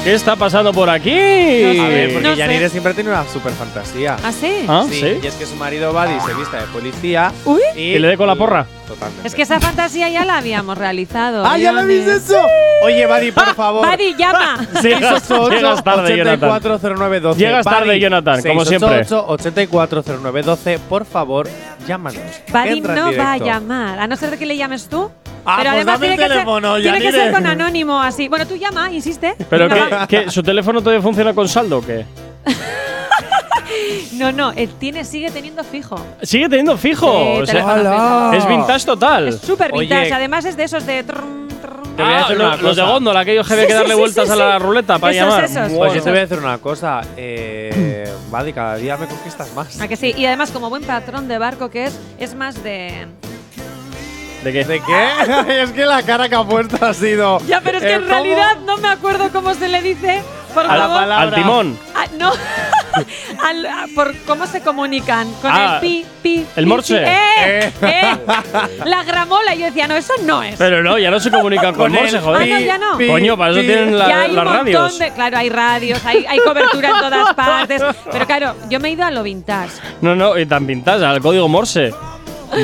[SPEAKER 2] ¿Qué está pasando por aquí?
[SPEAKER 3] Sí.
[SPEAKER 1] A ver, porque
[SPEAKER 3] No sé.
[SPEAKER 1] Yanire siempre tiene una super fantasía.
[SPEAKER 3] Así.
[SPEAKER 2] ¿Ah,
[SPEAKER 1] Sí,
[SPEAKER 2] sí?
[SPEAKER 1] Y es que su marido va y se vista de policía.
[SPEAKER 3] Uy.
[SPEAKER 1] Y, Mm,
[SPEAKER 2] ¿Y le dé con la porra?
[SPEAKER 1] Totalmente.
[SPEAKER 3] Es que esa fantasía ya la habíamos realizado.
[SPEAKER 1] ¡Ah, ya lo
[SPEAKER 3] Johnny.
[SPEAKER 1] habéis hecho! Oye, Buddy, por favor.
[SPEAKER 3] [LAUGHS] Buddy, llama.
[SPEAKER 2] Sí,
[SPEAKER 1] 688
[SPEAKER 2] llegas tarde, Jonathan.
[SPEAKER 1] 840912.
[SPEAKER 2] Llegas tarde,
[SPEAKER 1] Buddy,
[SPEAKER 2] Jonathan, como siempre.
[SPEAKER 1] 688 840912, por favor, llámanos. [LAUGHS]
[SPEAKER 3] Buddy
[SPEAKER 1] Entra en
[SPEAKER 3] no va a
[SPEAKER 1] directo.
[SPEAKER 3] llamar, a no ser de que le llames tú.
[SPEAKER 1] Ah, pues
[SPEAKER 3] pero además
[SPEAKER 1] dame el
[SPEAKER 3] tiene, que,
[SPEAKER 1] teléfono,
[SPEAKER 3] ser, tiene que
[SPEAKER 1] Yanire.
[SPEAKER 3] ser con anónimo, así. Bueno, tú llama, insiste.
[SPEAKER 2] ¿Pero
[SPEAKER 3] Venga,
[SPEAKER 2] qué,
[SPEAKER 3] va.
[SPEAKER 2] qué, ¿Su teléfono todavía funciona con saldo o qué?
[SPEAKER 3] No, no, él tiene, sigue teniendo fijo.
[SPEAKER 2] Sigue teniendo fijo.
[SPEAKER 3] Sí,
[SPEAKER 2] o sea,
[SPEAKER 3] teléfono
[SPEAKER 1] ¡Hala!
[SPEAKER 3] fijo.
[SPEAKER 2] es vintage total.
[SPEAKER 3] Es súper
[SPEAKER 1] Oye.
[SPEAKER 3] vintage. Además es de esos de. trrrm, trrrm.
[SPEAKER 1] Te voy a
[SPEAKER 2] Ah,
[SPEAKER 1] decir
[SPEAKER 2] lo-
[SPEAKER 1] una
[SPEAKER 2] los de
[SPEAKER 1] cosa.
[SPEAKER 2] góndola, aquellos que había que
[SPEAKER 3] Sí, sí,
[SPEAKER 2] darle
[SPEAKER 3] sí,
[SPEAKER 2] vueltas
[SPEAKER 3] sí,
[SPEAKER 2] a la
[SPEAKER 3] sí.
[SPEAKER 2] ruleta para
[SPEAKER 3] Esos,
[SPEAKER 2] llamar.
[SPEAKER 3] esos.
[SPEAKER 1] Pues yo
[SPEAKER 2] Bueno.
[SPEAKER 1] te voy a decir una cosa, eh, [CLEARS THROAT] Buddy, cada día me conquistas más.
[SPEAKER 3] ¿A que sí? Y además, como buen patrón de barco que es, es más de.
[SPEAKER 2] Pues, ¿De qué?
[SPEAKER 1] ¿De qué? [LAUGHS] es que la cara que ha puesto ha sido.
[SPEAKER 3] Ya, pero es que
[SPEAKER 1] eh,
[SPEAKER 3] en
[SPEAKER 1] ¿cómo?
[SPEAKER 3] realidad no me acuerdo cómo se le dice. Por
[SPEAKER 2] Al,
[SPEAKER 3] favor.
[SPEAKER 1] palabra.
[SPEAKER 2] al timón.
[SPEAKER 3] Ah, no. [LAUGHS] Al- ah, por cómo se comunican. Con
[SPEAKER 2] Ah,
[SPEAKER 3] el pi, pi.
[SPEAKER 2] el
[SPEAKER 3] pi,
[SPEAKER 2] morse.
[SPEAKER 3] pi. ¡Eh!
[SPEAKER 1] Eh.
[SPEAKER 3] ¡Eh! La gramola. Y yo decía, no, eso no es.
[SPEAKER 2] Pero no, ya no se comunican con,
[SPEAKER 1] Con el
[SPEAKER 2] Morse, joder.
[SPEAKER 3] Ah, no, ya no. pi,
[SPEAKER 2] Coño, para eso
[SPEAKER 1] pi.
[SPEAKER 2] tienen la-
[SPEAKER 3] ya hay
[SPEAKER 2] las
[SPEAKER 3] un montón
[SPEAKER 2] radios.
[SPEAKER 3] de. Claro, hay radios, hay, hay cobertura en
[SPEAKER 2] [LAUGHS]
[SPEAKER 3] todas partes. Pero claro, yo me he ido a lo vintage.
[SPEAKER 2] No, no, y tan pintas, al código Morse.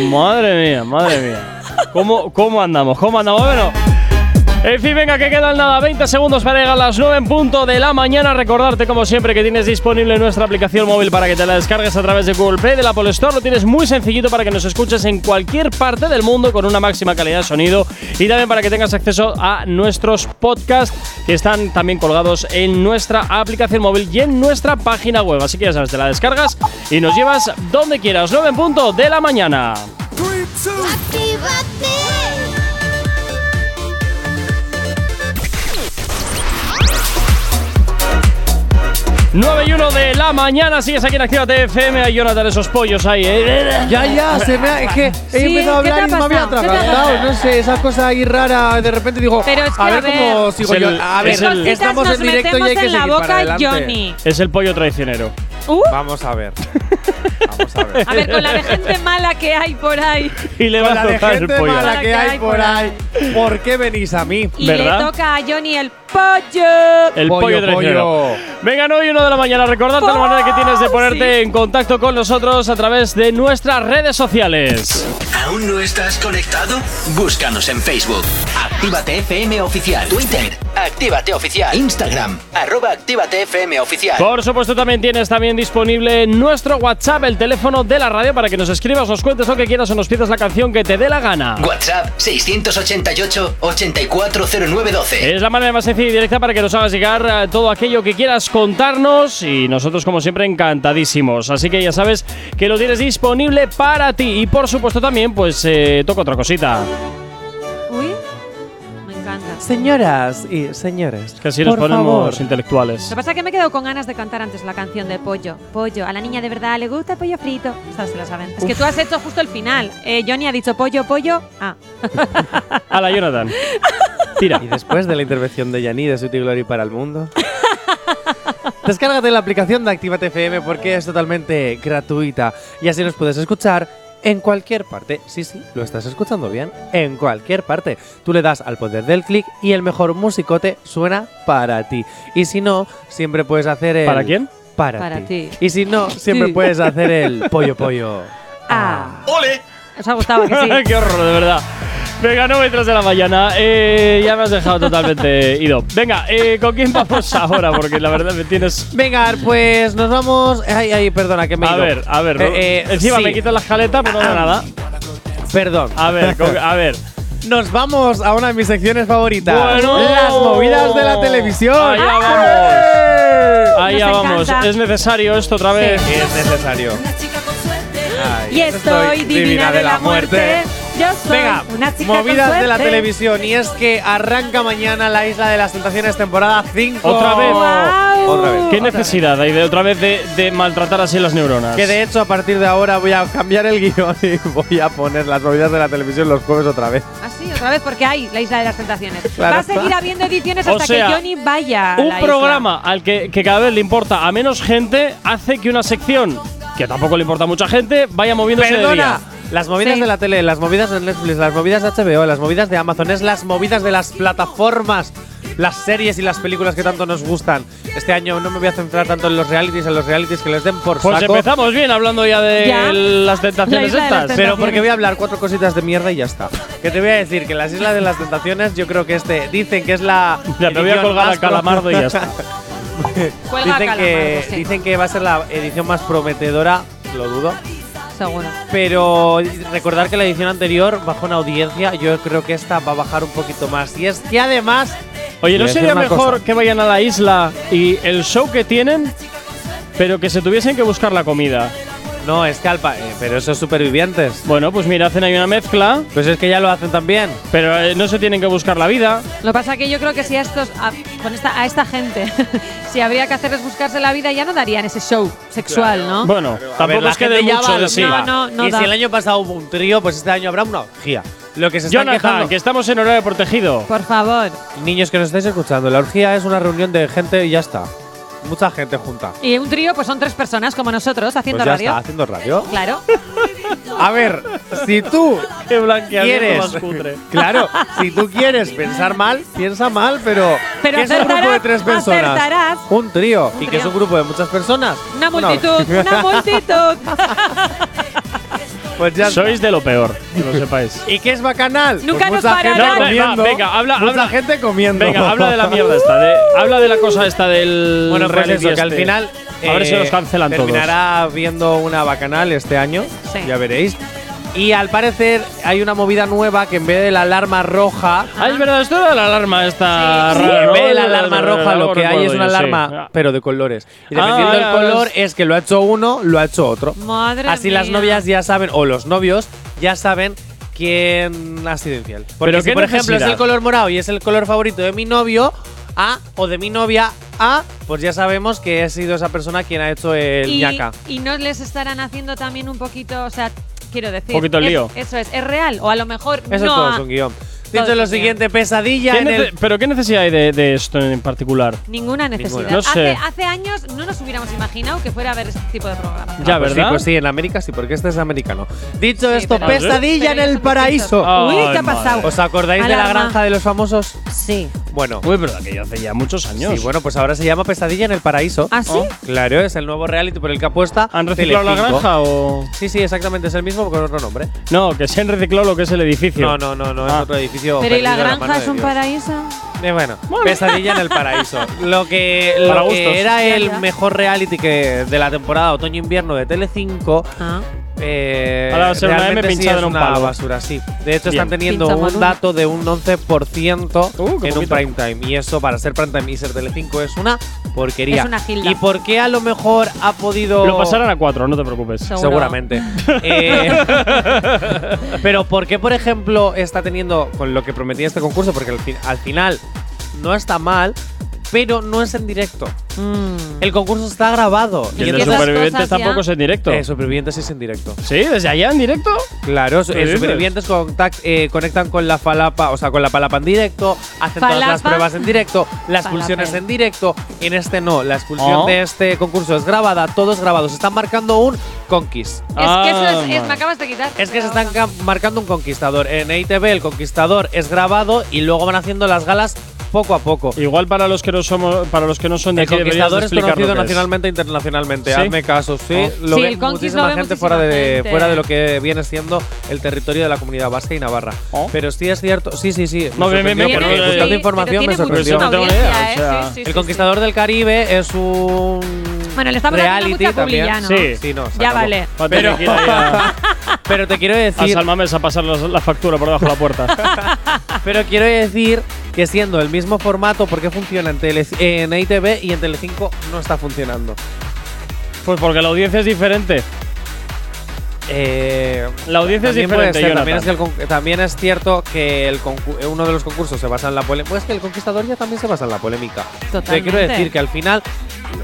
[SPEAKER 2] Madre mía, madre mía. ¿Cómo, cómo andamos? ¿Cómo andamos? Bueno, En fin, venga, que quedan nada, 20 segundos para llegar a las 9 en punto de la mañana. Recordarte, como siempre, que tienes disponible nuestra aplicación móvil para que te la descargues a través de Google Play, de la Apple Store. Lo tienes muy sencillito para que nos escuches en cualquier parte del mundo con una máxima calidad de sonido y también para que tengas acceso a nuestros podcasts que están también colgados en nuestra aplicación móvil y en nuestra página web. Así que ya sabes, te la descargas y nos llevas donde quieras. 9 en punto de la mañana.
[SPEAKER 7] ¡Actívate!
[SPEAKER 2] Nueve y 1 de la mañana, sigues aquí en Actívate FM. Ay, Jonathan, esos pollos ahí, ¿eh?
[SPEAKER 1] Ya,
[SPEAKER 3] [LAUGHS]
[SPEAKER 1] ya, se me ha- es que he
[SPEAKER 3] Sí,
[SPEAKER 1] empezado a
[SPEAKER 3] ¿qué te
[SPEAKER 1] hablar y
[SPEAKER 3] ha
[SPEAKER 1] me había
[SPEAKER 3] pasado? ¿Qué te ha
[SPEAKER 1] atragantado. No sé, esas cosas ahí raras. De repente digo,
[SPEAKER 3] Pero es que,
[SPEAKER 1] a
[SPEAKER 3] a
[SPEAKER 1] ver
[SPEAKER 3] ver,
[SPEAKER 1] cómo sigo
[SPEAKER 2] es
[SPEAKER 1] yo.
[SPEAKER 2] el-
[SPEAKER 1] A ver,
[SPEAKER 2] es el-
[SPEAKER 1] estamos
[SPEAKER 3] nos
[SPEAKER 1] en directo y
[SPEAKER 3] metemos
[SPEAKER 1] hay que
[SPEAKER 3] en la
[SPEAKER 1] seguir
[SPEAKER 3] boca,
[SPEAKER 1] para adelante.
[SPEAKER 3] Johnny.
[SPEAKER 2] Es el pollo traicionero.
[SPEAKER 3] Uh,
[SPEAKER 1] Vamos a ver. Vamos a ver.
[SPEAKER 3] a ver, con
[SPEAKER 2] [LAUGHS]
[SPEAKER 3] la de gente mala que hay por ahí.
[SPEAKER 2] Y le va
[SPEAKER 1] Con la
[SPEAKER 2] a
[SPEAKER 1] de
[SPEAKER 2] tocar el
[SPEAKER 1] gente
[SPEAKER 2] pollo.
[SPEAKER 1] mala que hay por ahí, ¿por qué venís a mí?
[SPEAKER 3] Y
[SPEAKER 2] ¿Verdad?
[SPEAKER 3] le toca a Johnny el pollo.
[SPEAKER 2] El pollo,
[SPEAKER 1] Pollo,
[SPEAKER 2] traicionero.
[SPEAKER 1] pollo. Oh,
[SPEAKER 2] Venga, 9 y 1 de la mañana. Recordarte la manera que tienes de ponerte en contacto con nosotros a través de nuestras redes sociales.
[SPEAKER 4] ¿Aún no estás conectado? Búscanos en Facebook. Actívate FM Oficial. Twitter. Actívate Oficial. Instagram. Arroba Actívate FM Oficial.
[SPEAKER 2] Por supuesto, también tienes también disponible nuestro WhatsApp, el teléfono de la radio, para que nos escribas, nos cuentes lo que quieras o nos pidas la canción que te dé la gana.
[SPEAKER 4] WhatsApp 688 840912.
[SPEAKER 2] Es la manera más sencilla y directa para que nos hagas llegar eh, todo aquello que quieras contarnos y nosotros como siempre encantadísimos. Así que ya sabes que lo tienes disponible para ti y por supuesto también pues eh, toca otra cosita.
[SPEAKER 3] Uy, me encanta.
[SPEAKER 1] Señoras y señores,
[SPEAKER 2] Que así nos
[SPEAKER 1] por
[SPEAKER 2] ponemos
[SPEAKER 1] favor,
[SPEAKER 2] intelectuales.
[SPEAKER 1] [LAUGHS]
[SPEAKER 3] Lo que pasa es que me quedo con ganas de cantar antes la canción de pollo. Pollo. A la niña de verdad le gusta el pollo frito. Estas se la saben. Es que tú has hecho justo el final. Eh, Johnny ha dicho pollo, pollo. Ah.
[SPEAKER 2] A la Jonathan. Tira.
[SPEAKER 1] Y después de la intervención de Yanni de Sweetie Glory para el mundo. [LAUGHS] Descárgate la aplicación de Actívate FM porque es totalmente gratuita y así nos puedes escuchar en cualquier parte. Sí, sí, lo estás escuchando bien. En cualquier parte. Tú le das al poder del clic y el mejor musicote suena para ti. Y si no, siempre puedes hacer el.
[SPEAKER 2] ¿Para quién?
[SPEAKER 1] Para,
[SPEAKER 3] Para ti.
[SPEAKER 1] Y si no, siempre
[SPEAKER 3] Sí.
[SPEAKER 1] puedes hacer
[SPEAKER 3] [LAUGHS]
[SPEAKER 1] el pollo pollo.
[SPEAKER 3] Ah.
[SPEAKER 4] ¡Ole!
[SPEAKER 3] Os ha gustado
[SPEAKER 2] [LAUGHS]
[SPEAKER 3] que sí.
[SPEAKER 2] Qué horror, de verdad. Venga, 9 y 3 de la mañana. Eh, ya me has
[SPEAKER 1] [LAUGHS]
[SPEAKER 2] dejado totalmente ido. Venga, eh, ¿con quién vamos ahora? Porque la verdad me tienes...
[SPEAKER 1] Venga, pues nos vamos. Ay, ay, perdona, que me he
[SPEAKER 2] A
[SPEAKER 1] ido.
[SPEAKER 2] ver, a ver.
[SPEAKER 1] Eh,
[SPEAKER 2] ¿no?
[SPEAKER 1] eh,
[SPEAKER 2] Encima
[SPEAKER 1] sí,
[SPEAKER 2] me quitas la jaleta, pero no da nada.
[SPEAKER 1] Perdón. Ah,
[SPEAKER 2] A ver, con- a ver.
[SPEAKER 1] Nos vamos a una de mis secciones favoritas.
[SPEAKER 2] Bueno.
[SPEAKER 1] Las movidas de la televisión.
[SPEAKER 2] Allá vamos.
[SPEAKER 1] ¡Eh!
[SPEAKER 2] Ahí ya
[SPEAKER 3] Nos
[SPEAKER 2] vamos.
[SPEAKER 3] encanta.
[SPEAKER 2] Es necesario esto otra vez.
[SPEAKER 1] Es necesario. Ay,
[SPEAKER 3] Y estoy divina de la muerte. Yo soy
[SPEAKER 1] Venga,
[SPEAKER 3] una chica con
[SPEAKER 1] movidas de la
[SPEAKER 3] suerte.
[SPEAKER 1] televisión. Y es que arranca mañana la Isla de las Tentaciones, temporada 5.
[SPEAKER 2] Otra vez.
[SPEAKER 3] Guau.
[SPEAKER 1] Otra vez.
[SPEAKER 2] ¿Qué necesidad hay de otra vez de, de maltratar así las neuronas?
[SPEAKER 1] Que de hecho, a partir de ahora voy a cambiar el guión y voy a poner las movidas de la televisión los jueves otra vez.
[SPEAKER 3] Ah, sí, otra vez porque hay la isla de las tentaciones.
[SPEAKER 1] Claro.
[SPEAKER 3] Va a seguir habiendo ediciones
[SPEAKER 2] O
[SPEAKER 3] hasta
[SPEAKER 2] sea,
[SPEAKER 3] que Johnny vaya. a la
[SPEAKER 2] Un
[SPEAKER 3] isla.
[SPEAKER 2] programa al que, que cada vez le importa a menos gente hace que una sección que tampoco le importa a mucha gente vaya moviéndose de
[SPEAKER 1] Perdona.
[SPEAKER 2] día.
[SPEAKER 1] Las movidas
[SPEAKER 3] Sí.
[SPEAKER 1] de la tele, las movidas de Netflix, las movidas de HBO, las movidas de Amazon, es las movidas de las plataformas, las series y las películas que tanto nos gustan. Este año no me voy a centrar tanto en los realities, en los realities que les den por
[SPEAKER 2] Pues
[SPEAKER 1] saco.
[SPEAKER 2] empezamos bien hablando ya de
[SPEAKER 3] Ya.
[SPEAKER 2] las tentaciones
[SPEAKER 3] La isla de las
[SPEAKER 2] estas.
[SPEAKER 1] Pero porque voy a hablar cuatro cositas de mierda y ya está. Que te voy a decir que las Islas de las Tentaciones, yo creo que este, dicen que es la.
[SPEAKER 2] Ya, me voy a
[SPEAKER 1] edición
[SPEAKER 2] colgar
[SPEAKER 1] más
[SPEAKER 2] al calamardo y
[SPEAKER 1] [LAUGHS]
[SPEAKER 2] ya está.
[SPEAKER 3] Cuelga
[SPEAKER 1] dicen,
[SPEAKER 3] Calamardo,
[SPEAKER 1] que,
[SPEAKER 3] sí,
[SPEAKER 1] dicen que va a ser la edición más prometedora, lo dudo.
[SPEAKER 3] seguro.
[SPEAKER 1] Pero recordar que la edición anterior bajó una audiencia, yo creo que esta va a bajar un poquito más. Y es que además,
[SPEAKER 2] Oye, ¿no
[SPEAKER 1] Voy a
[SPEAKER 2] sería
[SPEAKER 1] decir una
[SPEAKER 2] mejor
[SPEAKER 1] cosa.
[SPEAKER 2] que vayan a la isla y el show que tienen, pero que se tuviesen que buscar la comida?
[SPEAKER 1] no, es que al pa- eh, pero esos supervivientes.
[SPEAKER 2] Bueno, pues mira, hacen ahí una mezcla,
[SPEAKER 1] Pues es que ya lo hacen también.
[SPEAKER 2] pero eh, no se tienen que buscar la vida.
[SPEAKER 3] Lo que pasa que yo creo que si a estos a, con esta, a esta gente [LAUGHS] si habría que hacerles buscarse la vida ya no darían ese show sexual, ¿no?
[SPEAKER 2] Bueno,
[SPEAKER 1] A ver,
[SPEAKER 2] tampoco
[SPEAKER 1] la
[SPEAKER 2] es que dé
[SPEAKER 1] gente ya
[SPEAKER 2] mucho
[SPEAKER 1] va
[SPEAKER 2] de
[SPEAKER 1] al
[SPEAKER 2] sí.
[SPEAKER 1] clima.
[SPEAKER 3] No, no, no
[SPEAKER 1] y
[SPEAKER 3] da.
[SPEAKER 1] si el año pasado hubo un trío, pues este año habrá una orgía. Lo que se está
[SPEAKER 2] Jonathan,
[SPEAKER 1] quejando.
[SPEAKER 2] que estamos en horario protegido.
[SPEAKER 3] Por favor.
[SPEAKER 1] Niños que nos estáis escuchando, la orgía es una reunión de gente y ya está. Mucha gente junta.
[SPEAKER 3] Y un trío pues son tres personas como nosotros haciendo
[SPEAKER 1] Pues ya
[SPEAKER 3] radio.
[SPEAKER 1] está, haciendo radio. [LAUGHS]
[SPEAKER 3] Claro.
[SPEAKER 1] A ver, si tú
[SPEAKER 2] Qué blanqueamiento
[SPEAKER 1] quieres.
[SPEAKER 2] más cutre.
[SPEAKER 1] [LAUGHS] claro, si tú quieres pensar mal, piensa mal, pero.
[SPEAKER 3] Pero
[SPEAKER 1] ¿qué es un grupo
[SPEAKER 3] acertarás,
[SPEAKER 1] de tres personas?
[SPEAKER 3] acertarás.
[SPEAKER 1] Un trío. ¿Y que
[SPEAKER 3] trío.
[SPEAKER 1] es un grupo de muchas personas? [LAUGHS]
[SPEAKER 3] Una multitud,
[SPEAKER 1] orgía.
[SPEAKER 3] una multitud.
[SPEAKER 1] Pues ya está.
[SPEAKER 2] Sois de lo peor, que lo sepáis.
[SPEAKER 1] ¿Y qué es bacanal? Pues
[SPEAKER 3] Nunca nos
[SPEAKER 1] mucha gente
[SPEAKER 3] pararán. No,
[SPEAKER 2] ve- va,
[SPEAKER 1] comiendo,
[SPEAKER 2] venga, habla-
[SPEAKER 1] mucha
[SPEAKER 2] habla-
[SPEAKER 1] gente comiendo.
[SPEAKER 2] Venga,
[SPEAKER 1] [LAUGHS]
[SPEAKER 2] habla de la mierda esta. de- habla de la cosa esta del.
[SPEAKER 1] Bueno, pues
[SPEAKER 2] reality
[SPEAKER 1] eso, que al
[SPEAKER 2] este.
[SPEAKER 1] final.
[SPEAKER 2] A ver si
[SPEAKER 1] eh,
[SPEAKER 2] nos cancelan todos.
[SPEAKER 1] Terminará viendo una bacanal este año.
[SPEAKER 3] Sí.
[SPEAKER 1] Ya veréis. Y al parecer hay una movida nueva que en vez de la alarma roja.
[SPEAKER 2] Ah, es verdad, esto era la alarma esta
[SPEAKER 3] Sí, sí.
[SPEAKER 2] rara.
[SPEAKER 1] en
[SPEAKER 2] ¿no?
[SPEAKER 1] vez de la alarma roja, lo que hay es
[SPEAKER 2] recuerdo
[SPEAKER 1] una
[SPEAKER 2] yo, sí.
[SPEAKER 1] alarma,
[SPEAKER 2] Ah.
[SPEAKER 1] pero de colores. Y
[SPEAKER 2] Ah,
[SPEAKER 1] dependiendo del
[SPEAKER 2] ya,
[SPEAKER 1] color,
[SPEAKER 2] ves.
[SPEAKER 1] es que lo ha hecho uno, lo ha hecho otro.
[SPEAKER 3] Madre
[SPEAKER 1] Así las
[SPEAKER 3] mía.
[SPEAKER 1] novias ya saben, o los novios ya saben quién ha sido infiel. Porque
[SPEAKER 2] Pero
[SPEAKER 1] si,
[SPEAKER 2] qué
[SPEAKER 1] por ejemplo, es
[SPEAKER 2] necesidad.
[SPEAKER 1] el color morado y es el color favorito de mi novio, A, o de mi novia, A, pues ya sabemos que ha sido esa persona quien ha hecho el
[SPEAKER 3] y,
[SPEAKER 1] ñaca.
[SPEAKER 3] y no les estarán haciendo también un poquito, o sea, quiero decir.
[SPEAKER 2] Un poquito
[SPEAKER 3] es-
[SPEAKER 2] lío.
[SPEAKER 3] eso es, es real. O a lo mejor
[SPEAKER 1] Eso
[SPEAKER 3] no.
[SPEAKER 1] todo
[SPEAKER 3] ha-
[SPEAKER 1] es un guión.
[SPEAKER 3] es
[SPEAKER 1] Dicho
[SPEAKER 3] un
[SPEAKER 1] lo
[SPEAKER 3] guión.
[SPEAKER 1] siguiente, pesadilla
[SPEAKER 2] ¿Qué
[SPEAKER 1] en
[SPEAKER 2] nece-
[SPEAKER 1] el…
[SPEAKER 2] ¿Pero qué necesidad hay de, de esto en particular?
[SPEAKER 3] Ninguna necesidad.
[SPEAKER 2] No sé.
[SPEAKER 3] hace, hace años no nos hubiéramos imaginado que fuera a ver este tipo de programa.
[SPEAKER 2] Ya,
[SPEAKER 1] Ah, pues sí,
[SPEAKER 2] ¿verdad?
[SPEAKER 1] pues sí, en América sí, porque este es americano. Dicho Ah,
[SPEAKER 3] Sí,
[SPEAKER 1] esto,
[SPEAKER 3] pero-
[SPEAKER 1] pesadilla
[SPEAKER 3] pero
[SPEAKER 1] en
[SPEAKER 3] ellos
[SPEAKER 1] el
[SPEAKER 3] son
[SPEAKER 1] paraíso.
[SPEAKER 3] distintos. Uy,
[SPEAKER 2] Ay,
[SPEAKER 3] ¿qué ha pasado?
[SPEAKER 1] ¿Os acordáis de la
[SPEAKER 3] Alarma.
[SPEAKER 1] granja de los famosos?
[SPEAKER 3] Sí.
[SPEAKER 1] Bueno,
[SPEAKER 2] Uy, pero aquello hace ya muchos años.
[SPEAKER 1] Sí, bueno, pues ahora se llama Pesadilla en el Paraíso.
[SPEAKER 3] ¿Ah, sí?
[SPEAKER 1] Claro, es el nuevo reality por el que apuesta.
[SPEAKER 2] Oh. ¿Han reciclado la
[SPEAKER 1] Telecinco.
[SPEAKER 2] granja o.?
[SPEAKER 1] Sí, sí, exactamente, es el mismo con otro nombre.
[SPEAKER 2] No, que se han reciclado lo que es el edificio.
[SPEAKER 1] No, no, no, no,
[SPEAKER 2] Ah.
[SPEAKER 1] es otro edificio.
[SPEAKER 3] Pero ¿y
[SPEAKER 1] perdido
[SPEAKER 3] la
[SPEAKER 1] de
[SPEAKER 3] granja
[SPEAKER 1] mano
[SPEAKER 3] es
[SPEAKER 1] de
[SPEAKER 3] un
[SPEAKER 1] Dios.
[SPEAKER 3] paraíso?
[SPEAKER 1] Eh, bueno, Pesadilla en el
[SPEAKER 2] [LAUGHS]
[SPEAKER 1] Paraíso. Lo que, lo
[SPEAKER 2] Para
[SPEAKER 1] que
[SPEAKER 2] gustos.
[SPEAKER 1] era
[SPEAKER 3] Ya,
[SPEAKER 1] el
[SPEAKER 3] ya.
[SPEAKER 1] mejor reality que de la temporada otoño-invierno de Telecinco.
[SPEAKER 3] Ah.
[SPEAKER 1] Eh,
[SPEAKER 2] Ahora va a ser una M
[SPEAKER 1] realmente sí
[SPEAKER 2] pinchada
[SPEAKER 1] es
[SPEAKER 2] en un
[SPEAKER 1] una
[SPEAKER 2] palo.
[SPEAKER 1] basura, sí. De hecho,
[SPEAKER 2] Bien.
[SPEAKER 1] están teniendo
[SPEAKER 3] Pinchado en
[SPEAKER 1] un
[SPEAKER 3] un-
[SPEAKER 1] dato de un 11%
[SPEAKER 2] Uh, qué
[SPEAKER 1] en un
[SPEAKER 2] poquito.
[SPEAKER 1] prime time. Y eso, para ser prime time y ser Telecinco, es una porquería.
[SPEAKER 3] Es una gilda.
[SPEAKER 1] ¿Y por qué a lo mejor ha podido…?
[SPEAKER 2] Lo pasarán a cuatro, no te preocupes.
[SPEAKER 3] Seguro. [LAUGHS]
[SPEAKER 1] Seguramente. Eh, [LAUGHS] pero ¿por qué, por ejemplo, está teniendo con lo que prometía este concurso? Porque al, fin- al final no está mal, pero no es en directo.
[SPEAKER 3] Mm.
[SPEAKER 1] El concurso está grabado.
[SPEAKER 2] Y
[SPEAKER 3] Y
[SPEAKER 2] el de
[SPEAKER 3] esas cosas
[SPEAKER 2] supervivientes
[SPEAKER 3] ya-
[SPEAKER 2] tampoco es en directo.
[SPEAKER 1] Eh, Supervivientes es en directo.
[SPEAKER 2] Sí, desde allá en directo.
[SPEAKER 1] Claro, su-
[SPEAKER 2] ¿Qué
[SPEAKER 1] eh,
[SPEAKER 2] dices?
[SPEAKER 1] supervivientes contact- eh, conectan con la falapa, o sea, con la palapa en directo, hacen todas las
[SPEAKER 3] Falapa.
[SPEAKER 1] pruebas en directo, las
[SPEAKER 3] Falapel.
[SPEAKER 1] pulsiones en directo. En este no, la expulsión
[SPEAKER 2] Oh.
[SPEAKER 1] de este concurso es grabada, todos grabados. Están marcando un conquist.
[SPEAKER 3] Es
[SPEAKER 2] Ah,
[SPEAKER 3] que eso es, es-
[SPEAKER 2] vale.
[SPEAKER 3] me acabas de quitar.
[SPEAKER 1] Es que se están ca- marcando un conquistador. En ITV el conquistador es grabado y luego van haciendo las galas poco a poco.
[SPEAKER 2] Igual para los que no somos, para los que no son de
[SPEAKER 1] El
[SPEAKER 2] aquí deberías de
[SPEAKER 1] conquistador es
[SPEAKER 2] explicar lo
[SPEAKER 1] conocido
[SPEAKER 2] que es.
[SPEAKER 1] nacionalmente e internacionalmente.
[SPEAKER 2] ¿Sí?
[SPEAKER 1] Hazme caso, sí.
[SPEAKER 2] Oh.
[SPEAKER 1] Lo
[SPEAKER 3] Sí,
[SPEAKER 1] ve
[SPEAKER 3] el Conquist
[SPEAKER 1] muchísima
[SPEAKER 3] lo ve
[SPEAKER 1] gente
[SPEAKER 3] muchísima
[SPEAKER 1] fuera de
[SPEAKER 3] gente.
[SPEAKER 1] fuera de lo que viene siendo el territorio de la Comunidad Vasca y Navarra.
[SPEAKER 2] Oh.
[SPEAKER 1] Pero sí es cierto, sí, sí, sí.
[SPEAKER 2] No,
[SPEAKER 1] me
[SPEAKER 2] bien, bien,
[SPEAKER 1] sorprendió porque
[SPEAKER 2] bien, pero-
[SPEAKER 1] buscando
[SPEAKER 2] sí,
[SPEAKER 1] información me sorprendió.
[SPEAKER 2] muchísima- No tengo ni idea, o sea.
[SPEAKER 3] ¿eh? sí, sí,
[SPEAKER 1] El
[SPEAKER 3] sí.
[SPEAKER 1] conquistador del Caribe es un
[SPEAKER 3] Bueno, le estamos dando
[SPEAKER 1] reality
[SPEAKER 3] mucha
[SPEAKER 1] también.
[SPEAKER 3] publicidad, ¿no?
[SPEAKER 2] Sí.
[SPEAKER 1] Sí, no, se
[SPEAKER 3] Ya
[SPEAKER 1] acabó.
[SPEAKER 3] vale.
[SPEAKER 2] Va a tener
[SPEAKER 1] Pero-
[SPEAKER 2] que ir ahí a,
[SPEAKER 1] [LAUGHS] Pero te quiero
[SPEAKER 2] a
[SPEAKER 1] decir
[SPEAKER 2] Salmames a pasar la, la factura por debajo de
[SPEAKER 1] [LAUGHS]
[SPEAKER 2] la puerta.
[SPEAKER 1] Pero quiero decir que siendo el mismo formato, ¿por qué funciona en, Tele en ITV y en Telecinco no está funcionando?
[SPEAKER 2] pues porque la audiencia es diferente.
[SPEAKER 1] Eh,
[SPEAKER 2] La audiencia es
[SPEAKER 1] también, puede
[SPEAKER 2] diferente,
[SPEAKER 1] ser, también, es que
[SPEAKER 2] Jonathan.
[SPEAKER 1] el con- también es cierto que el concu- eh, uno de los concursos se basa en la polémica. Pues que el conquistador ya también se basa en la polémica. Te quiero
[SPEAKER 3] Totalmente.
[SPEAKER 1] decir que al final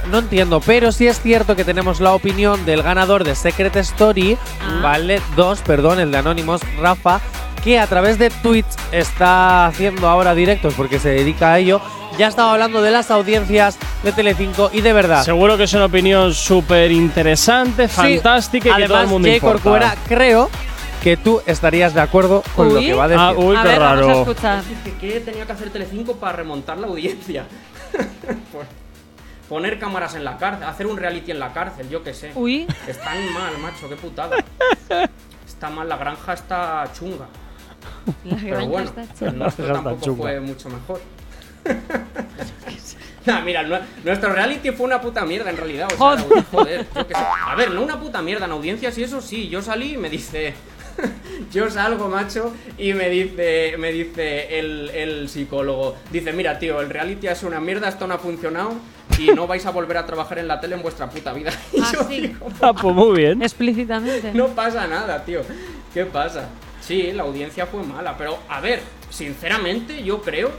[SPEAKER 1] no entiendo, pero sí es cierto que tenemos la opinión del ganador de Secret Story,
[SPEAKER 3] Ah.
[SPEAKER 1] vale, dos, perdón, el de Anonymous, Rafa, que a través de Twitch está haciendo ahora directos porque se dedica a ello. Ya estaba hablando de las audiencias de Telecinco y de verdad.
[SPEAKER 2] Seguro que es una opinión súper interesante,
[SPEAKER 1] Sí,
[SPEAKER 2] fantástica y que todo el
[SPEAKER 1] Además,
[SPEAKER 2] mundo
[SPEAKER 1] Jay
[SPEAKER 2] importa.
[SPEAKER 1] Corcuera, creo que tú estarías de acuerdo con lo
[SPEAKER 3] Uy.
[SPEAKER 1] que va a decir.
[SPEAKER 2] Ah, uy,
[SPEAKER 3] a
[SPEAKER 2] qué
[SPEAKER 3] ver,
[SPEAKER 2] raro.
[SPEAKER 3] vamos a escuchar.
[SPEAKER 7] que, que tenía que hacer Telecinco para remontar la audiencia. [LAUGHS] Pues, Poner cámaras en la cárcel, hacer un reality en la cárcel, yo qué sé.
[SPEAKER 3] Uy,
[SPEAKER 7] Están mal, macho, qué putada. Está mal, la granja está chunga.
[SPEAKER 3] la
[SPEAKER 7] Pero
[SPEAKER 3] granja
[SPEAKER 7] bueno,
[SPEAKER 3] está hecha.
[SPEAKER 7] el nuestro
[SPEAKER 2] granja está
[SPEAKER 7] tampoco
[SPEAKER 2] chunga.
[SPEAKER 7] fue mucho mejor. [LAUGHS] Nah, mira, el nue- nuestro reality fue una puta mierda en realidad. o sea,
[SPEAKER 3] Joder.
[SPEAKER 7] la audi- joder, yo qué sé. A ver, no una puta mierda en audiencias y eso sí. Yo salí y me dice. [LAUGHS] yo salgo, macho, y me dice, me dice el, el psicólogo. Dice, mira, tío, el reality es una mierda, esto no ha funcionado y no vais a volver a trabajar en la tele en vuestra puta vida. [LAUGHS] Y
[SPEAKER 3] Ah,
[SPEAKER 7] yo
[SPEAKER 3] sí.
[SPEAKER 7] digo,
[SPEAKER 2] [LAUGHS] Ah, pues muy bien.
[SPEAKER 3] Explícitamente.
[SPEAKER 7] [LAUGHS] no pasa nada, tío. ¿Qué pasa? Sí, la audiencia fue mala, pero a ver, sinceramente yo creo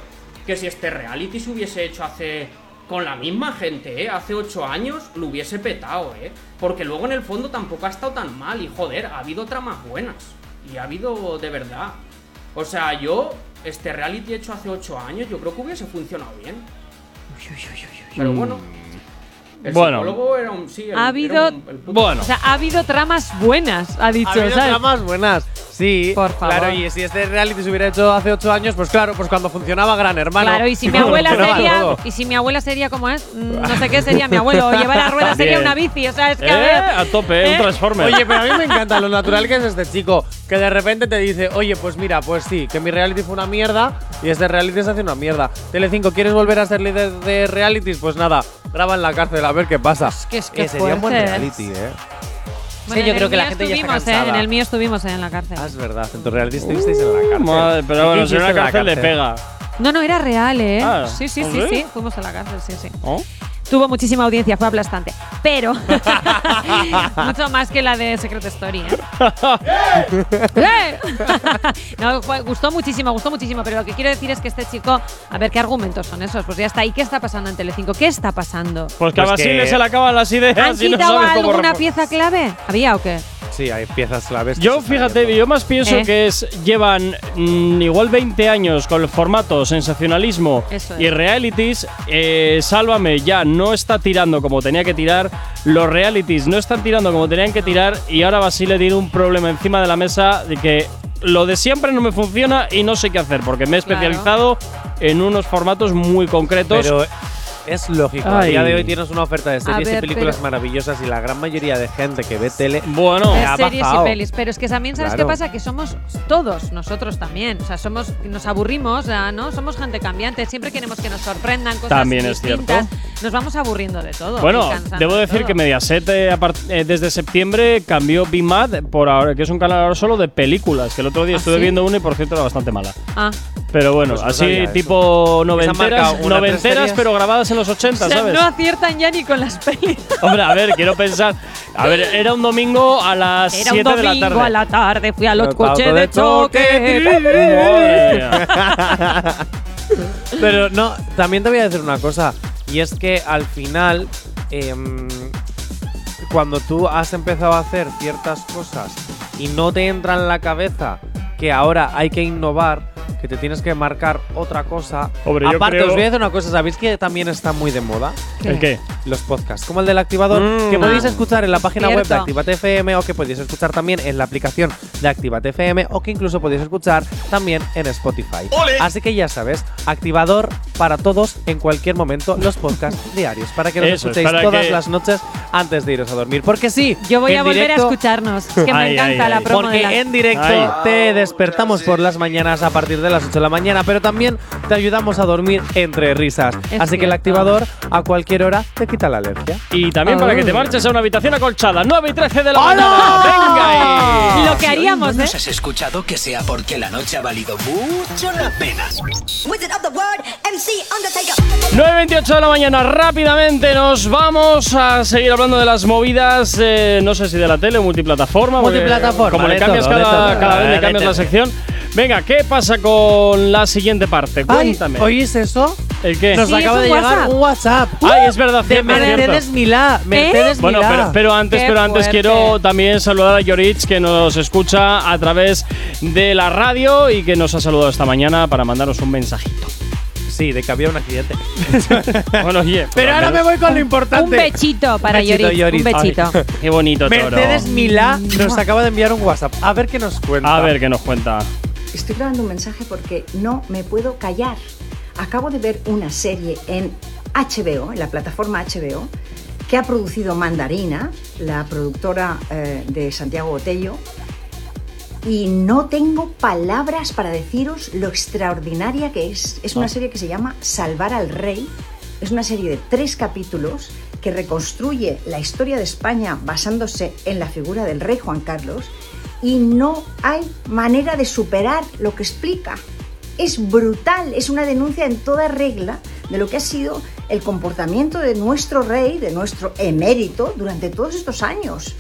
[SPEAKER 7] que si este reality se hubiese hecho hace... Con la misma gente, ¿eh? Hace ocho años lo hubiese petado, ¿eh? Porque luego en el fondo tampoco ha estado tan mal y joder, ha habido tramas buenas. Y ha habido de verdad. O sea, yo, este reality hecho hace ocho años, yo creo que hubiese funcionado bien. Pero bueno. El
[SPEAKER 2] Bueno.
[SPEAKER 7] psicólogo era un... Sí,
[SPEAKER 3] Ha
[SPEAKER 7] el- era
[SPEAKER 3] habido-
[SPEAKER 7] un- el puto-
[SPEAKER 2] Bueno,
[SPEAKER 3] O sea, ha habido tramas buenas, ha dicho.
[SPEAKER 1] Ha habido
[SPEAKER 3] ¿sabes?
[SPEAKER 1] tramas buenas. Sí,
[SPEAKER 3] Por favor.
[SPEAKER 1] claro, y si este reality se hubiera hecho hace ocho años, pues claro, pues cuando funcionaba Gran Hermano. [LAUGHS]
[SPEAKER 3] Claro, y si
[SPEAKER 2] [LAUGHS]
[SPEAKER 3] mi
[SPEAKER 1] cuando
[SPEAKER 3] abuela
[SPEAKER 1] funcionaba
[SPEAKER 3] sería,
[SPEAKER 1] todo.
[SPEAKER 3] y si mi abuela sería como es, Mm, no sé qué sería
[SPEAKER 2] [LAUGHS]
[SPEAKER 3] mi abuelo, llevar la rueda sería
[SPEAKER 2] Bien.
[SPEAKER 3] una bici, o sea, es que a
[SPEAKER 2] Eh,
[SPEAKER 3] ver,
[SPEAKER 2] a tope, eh, un
[SPEAKER 3] ¿Eh?
[SPEAKER 2] transformer.
[SPEAKER 1] Oye, pero a mí
[SPEAKER 3] [LAUGHS]
[SPEAKER 1] me encanta lo natural que es este chico, que de repente te dice, oye, pues mira, pues sí, que mi reality fue una mierda y este reality se hace una mierda. Telecinco, ¿quieres volver a ser líder de realities? Pues nada, graba en la cárcel a ver qué pasa. Es
[SPEAKER 3] que es que
[SPEAKER 1] Eh, sería un buen
[SPEAKER 3] fuerte.
[SPEAKER 1] reality, ¿eh?
[SPEAKER 3] Bueno,
[SPEAKER 1] Sí, yo
[SPEAKER 3] en
[SPEAKER 1] creo
[SPEAKER 3] el
[SPEAKER 1] que la
[SPEAKER 3] mío
[SPEAKER 1] gente ya está
[SPEAKER 3] estuvimos, eh,
[SPEAKER 1] cansada.
[SPEAKER 3] en el mío estuvimos eh, en la cárcel.
[SPEAKER 1] Ah, es verdad, en tu reality estuvisteis en la cárcel.
[SPEAKER 2] Madre,
[SPEAKER 1] ¿Y
[SPEAKER 2] pero
[SPEAKER 1] qué
[SPEAKER 2] bueno, si en
[SPEAKER 1] hiciste
[SPEAKER 2] una
[SPEAKER 1] en la
[SPEAKER 2] cárcel le
[SPEAKER 1] cárcel?
[SPEAKER 2] pega.
[SPEAKER 3] No, no, era real, ¿eh?
[SPEAKER 2] Ah,
[SPEAKER 3] sí, sí, sí,
[SPEAKER 2] ¿sí?
[SPEAKER 3] sí, fuimos a la cárcel, sí, sí.
[SPEAKER 1] ¿Oh?
[SPEAKER 2] ¿no?
[SPEAKER 3] Tuvo muchísima audiencia, fue aplastante,
[SPEAKER 2] [LAUGHS]
[SPEAKER 3] pero [LAUGHS] mucho más que la de Secret Story, ¿eh? [LAUGHS] ¡Eh! [LAUGHS] no, fue- gustó muchísimo, gustó muchísimo, pero lo que quiero decir es que este chico, a ver qué argumentos son esos, pues ya está, ¿y qué está pasando en Telecinco? ¿Qué está pasando?
[SPEAKER 2] Pues que a
[SPEAKER 1] Pues que-
[SPEAKER 2] Basile se le acaban las [LAUGHS]
[SPEAKER 3] ¿Han
[SPEAKER 2] ideas y no
[SPEAKER 3] quitado
[SPEAKER 2] sabes cómo
[SPEAKER 3] alguna
[SPEAKER 2] reform-
[SPEAKER 3] pieza clave? ¿Había o qué?
[SPEAKER 1] Sí, hay piezas claves. que
[SPEAKER 2] Yo,
[SPEAKER 1] se están
[SPEAKER 2] fíjate,
[SPEAKER 1] yendo.
[SPEAKER 2] yo más pienso
[SPEAKER 3] Eh.
[SPEAKER 2] que es llevan mm, igual 20 años con el formato sensacionalismo
[SPEAKER 3] Eso es.
[SPEAKER 2] y realities. eh, Sálvame ya no está tirando como tenía que tirar. Los realities no están tirando como tenían que tirar. Y ahora Basile tiene un problema encima de la mesa de que lo de siempre no me funciona y no sé qué hacer porque me he
[SPEAKER 3] Claro.
[SPEAKER 2] especializado en unos formatos muy concretos.
[SPEAKER 1] Pero es lógico, a
[SPEAKER 2] Ay.
[SPEAKER 1] día de hoy tienes una oferta de series y
[SPEAKER 3] ver,
[SPEAKER 1] películas
[SPEAKER 3] pero-
[SPEAKER 1] maravillosas y la gran mayoría de gente que ve tele
[SPEAKER 2] bueno,
[SPEAKER 1] Eh,
[SPEAKER 3] Es
[SPEAKER 1] ha
[SPEAKER 3] series
[SPEAKER 1] bajado.
[SPEAKER 3] y pelis. Pero es que también, ¿sabes
[SPEAKER 1] Claro.
[SPEAKER 3] qué pasa? Que somos todos, nosotros también. O sea, somos, nos aburrimos, ah, ¿no? Somos gente cambiante. Siempre queremos que nos sorprendan cosas
[SPEAKER 2] También es
[SPEAKER 3] distintas. Nos vamos aburriendo de todo.
[SPEAKER 2] Bueno,
[SPEAKER 3] y cansando
[SPEAKER 2] debo
[SPEAKER 3] de
[SPEAKER 2] decir
[SPEAKER 3] todo.
[SPEAKER 2] que Mediaset eh, a part- eh, desde septiembre cambió Be Mad por ahora, que es un canal ahora solo de películas, que el otro día
[SPEAKER 3] ¿Ah,
[SPEAKER 2] estuve
[SPEAKER 3] sí?
[SPEAKER 2] viendo una y por cierto era bastante mala.
[SPEAKER 3] Ah,
[SPEAKER 2] Pero bueno,
[SPEAKER 1] Pues no
[SPEAKER 2] así
[SPEAKER 1] sabía eso. marcado
[SPEAKER 2] tipo noventeras,
[SPEAKER 1] una, tres
[SPEAKER 2] noventeras
[SPEAKER 1] series.
[SPEAKER 2] pero grabadas en los 80,
[SPEAKER 3] o sea,
[SPEAKER 2] ¿sabes?
[SPEAKER 3] no aciertan ya ni con las
[SPEAKER 2] [LAUGHS]
[SPEAKER 3] pelis.
[SPEAKER 2] Hombre, a ver, quiero pensar. A ver, era un domingo a las
[SPEAKER 3] Era un
[SPEAKER 2] 7 de la
[SPEAKER 3] domingo
[SPEAKER 2] tarde.
[SPEAKER 3] a la tarde, fui a los
[SPEAKER 1] Los
[SPEAKER 3] coches
[SPEAKER 1] autos
[SPEAKER 3] de
[SPEAKER 1] de choque.
[SPEAKER 3] choque.
[SPEAKER 2] Madre mía.
[SPEAKER 1] Pero no, también te voy a decir una cosa, y es que al final, em, cuando tú has empezado a hacer ciertas cosas y no te entra en la cabeza que ahora hay que innovar, que te tienes que marcar otra cosa.
[SPEAKER 2] Hombre, yo
[SPEAKER 1] Aparte,
[SPEAKER 2] creo-
[SPEAKER 1] os voy a decir una cosa, ¿sabéis que también está muy de moda?
[SPEAKER 2] ¿El qué?
[SPEAKER 1] Los podcasts, como el del activador,
[SPEAKER 2] Mm.
[SPEAKER 1] que podéis
[SPEAKER 3] Ah,
[SPEAKER 1] escuchar en la página web de
[SPEAKER 3] cierto.
[SPEAKER 1] Activate FM o que podéis escuchar también en la aplicación de Activate FM o que incluso podéis escuchar también en Spotify. Así que ya sabes, activador para todos en cualquier momento los
[SPEAKER 3] [LAUGHS]
[SPEAKER 1] podcasts diarios para que los
[SPEAKER 2] Eso es,
[SPEAKER 1] escuchéis
[SPEAKER 2] para
[SPEAKER 1] todas
[SPEAKER 2] que-
[SPEAKER 1] las noches antes de iros a dormir. Porque sí,
[SPEAKER 3] Yo voy
[SPEAKER 1] en
[SPEAKER 3] a volver
[SPEAKER 1] directo-
[SPEAKER 3] a escucharnos. Es que me
[SPEAKER 2] Ay,
[SPEAKER 3] encanta
[SPEAKER 2] ay,
[SPEAKER 3] la
[SPEAKER 2] ay.
[SPEAKER 3] promo de las-
[SPEAKER 1] porque en directo
[SPEAKER 2] Ay.
[SPEAKER 1] te despertamos por las mañanas a partir de las 8 de la mañana, pero también te ayudamos a dormir entre risas.
[SPEAKER 3] Es
[SPEAKER 1] Así que el
[SPEAKER 3] cierto.
[SPEAKER 1] activador a cualquier hora te quita la alergia.
[SPEAKER 2] Y también para que te marches a una habitación acolchada, 9 y 13 de la mañana. ¡Venga ahí!
[SPEAKER 3] Lo que haríamos,
[SPEAKER 4] Si hoy no
[SPEAKER 3] ¿eh?
[SPEAKER 4] nos has escuchado que sea porque la noche ha valido mucho la pena.
[SPEAKER 8] Wizard of the Word, MC Undertaker.
[SPEAKER 2] 9.28 de la mañana, rápidamente nos vamos a seguir hablando de las movidas, eh, no sé si de la tele o multiplataforma. porque
[SPEAKER 1] Multiplataforma,
[SPEAKER 2] Como le
[SPEAKER 1] de
[SPEAKER 2] cambias
[SPEAKER 1] todo, de
[SPEAKER 2] cada,
[SPEAKER 1] todo.
[SPEAKER 2] cada vez
[SPEAKER 1] Ah,
[SPEAKER 2] le
[SPEAKER 1] de
[SPEAKER 2] cambias la
[SPEAKER 1] tele.
[SPEAKER 2] sección. Venga, ¿qué pasa con la siguiente parte?
[SPEAKER 1] Ay,
[SPEAKER 2] Cuéntame.
[SPEAKER 1] ¿Oís eso?
[SPEAKER 2] ¿El qué?
[SPEAKER 1] Nos
[SPEAKER 3] Sí,
[SPEAKER 1] acaba
[SPEAKER 3] es
[SPEAKER 1] de
[SPEAKER 3] un
[SPEAKER 1] llegar
[SPEAKER 3] WhatsApp. ¿Eh?
[SPEAKER 1] un WhatsApp.
[SPEAKER 2] Ay, es verdad,
[SPEAKER 1] De
[SPEAKER 2] cierto, cierto.
[SPEAKER 1] Mercedes Milá. Mercedes
[SPEAKER 2] Bueno,
[SPEAKER 1] Milá.
[SPEAKER 2] pero, pero antes,
[SPEAKER 3] Qué
[SPEAKER 2] pero antes
[SPEAKER 3] fuerte.
[SPEAKER 2] quiero también saludar a Jorich que nos escucha a través de la radio y que nos ha saludado esta mañana para mandarnos
[SPEAKER 1] [LAUGHS]
[SPEAKER 2] un mensajito.
[SPEAKER 1] Sí, de que había un accidente.
[SPEAKER 2] bueno, oye.
[SPEAKER 1] pero ahora me voy con lo importante.
[SPEAKER 3] Un bechito para
[SPEAKER 1] Un bechito,
[SPEAKER 3] Yoriz. Un
[SPEAKER 1] Yoriz.
[SPEAKER 3] bechito.
[SPEAKER 2] [LAUGHS] Qué bonito toro.
[SPEAKER 1] Mercedes Milá nos acaba de enviar un WhatsApp. A ver qué nos cuenta.
[SPEAKER 2] A ver qué nos cuenta.
[SPEAKER 9] Estoy grabando un mensaje porque no me puedo callar. Acabo de ver una serie en HBO, en la plataforma HBO, que ha producido Mandarina, la productora eh, de Santiago Botello, y no tengo palabras para deciros lo extraordinaria que es. Es una serie que se llama Salvar al Rey. Es una serie de tres capítulos que reconstruye la historia de España basándose en la figura del rey Juan Carlos y no hay manera de superar lo que explica. Es brutal, es una denuncia en toda regla de lo que ha sido el comportamiento de nuestro rey, de nuestro emérito, durante todos estos años.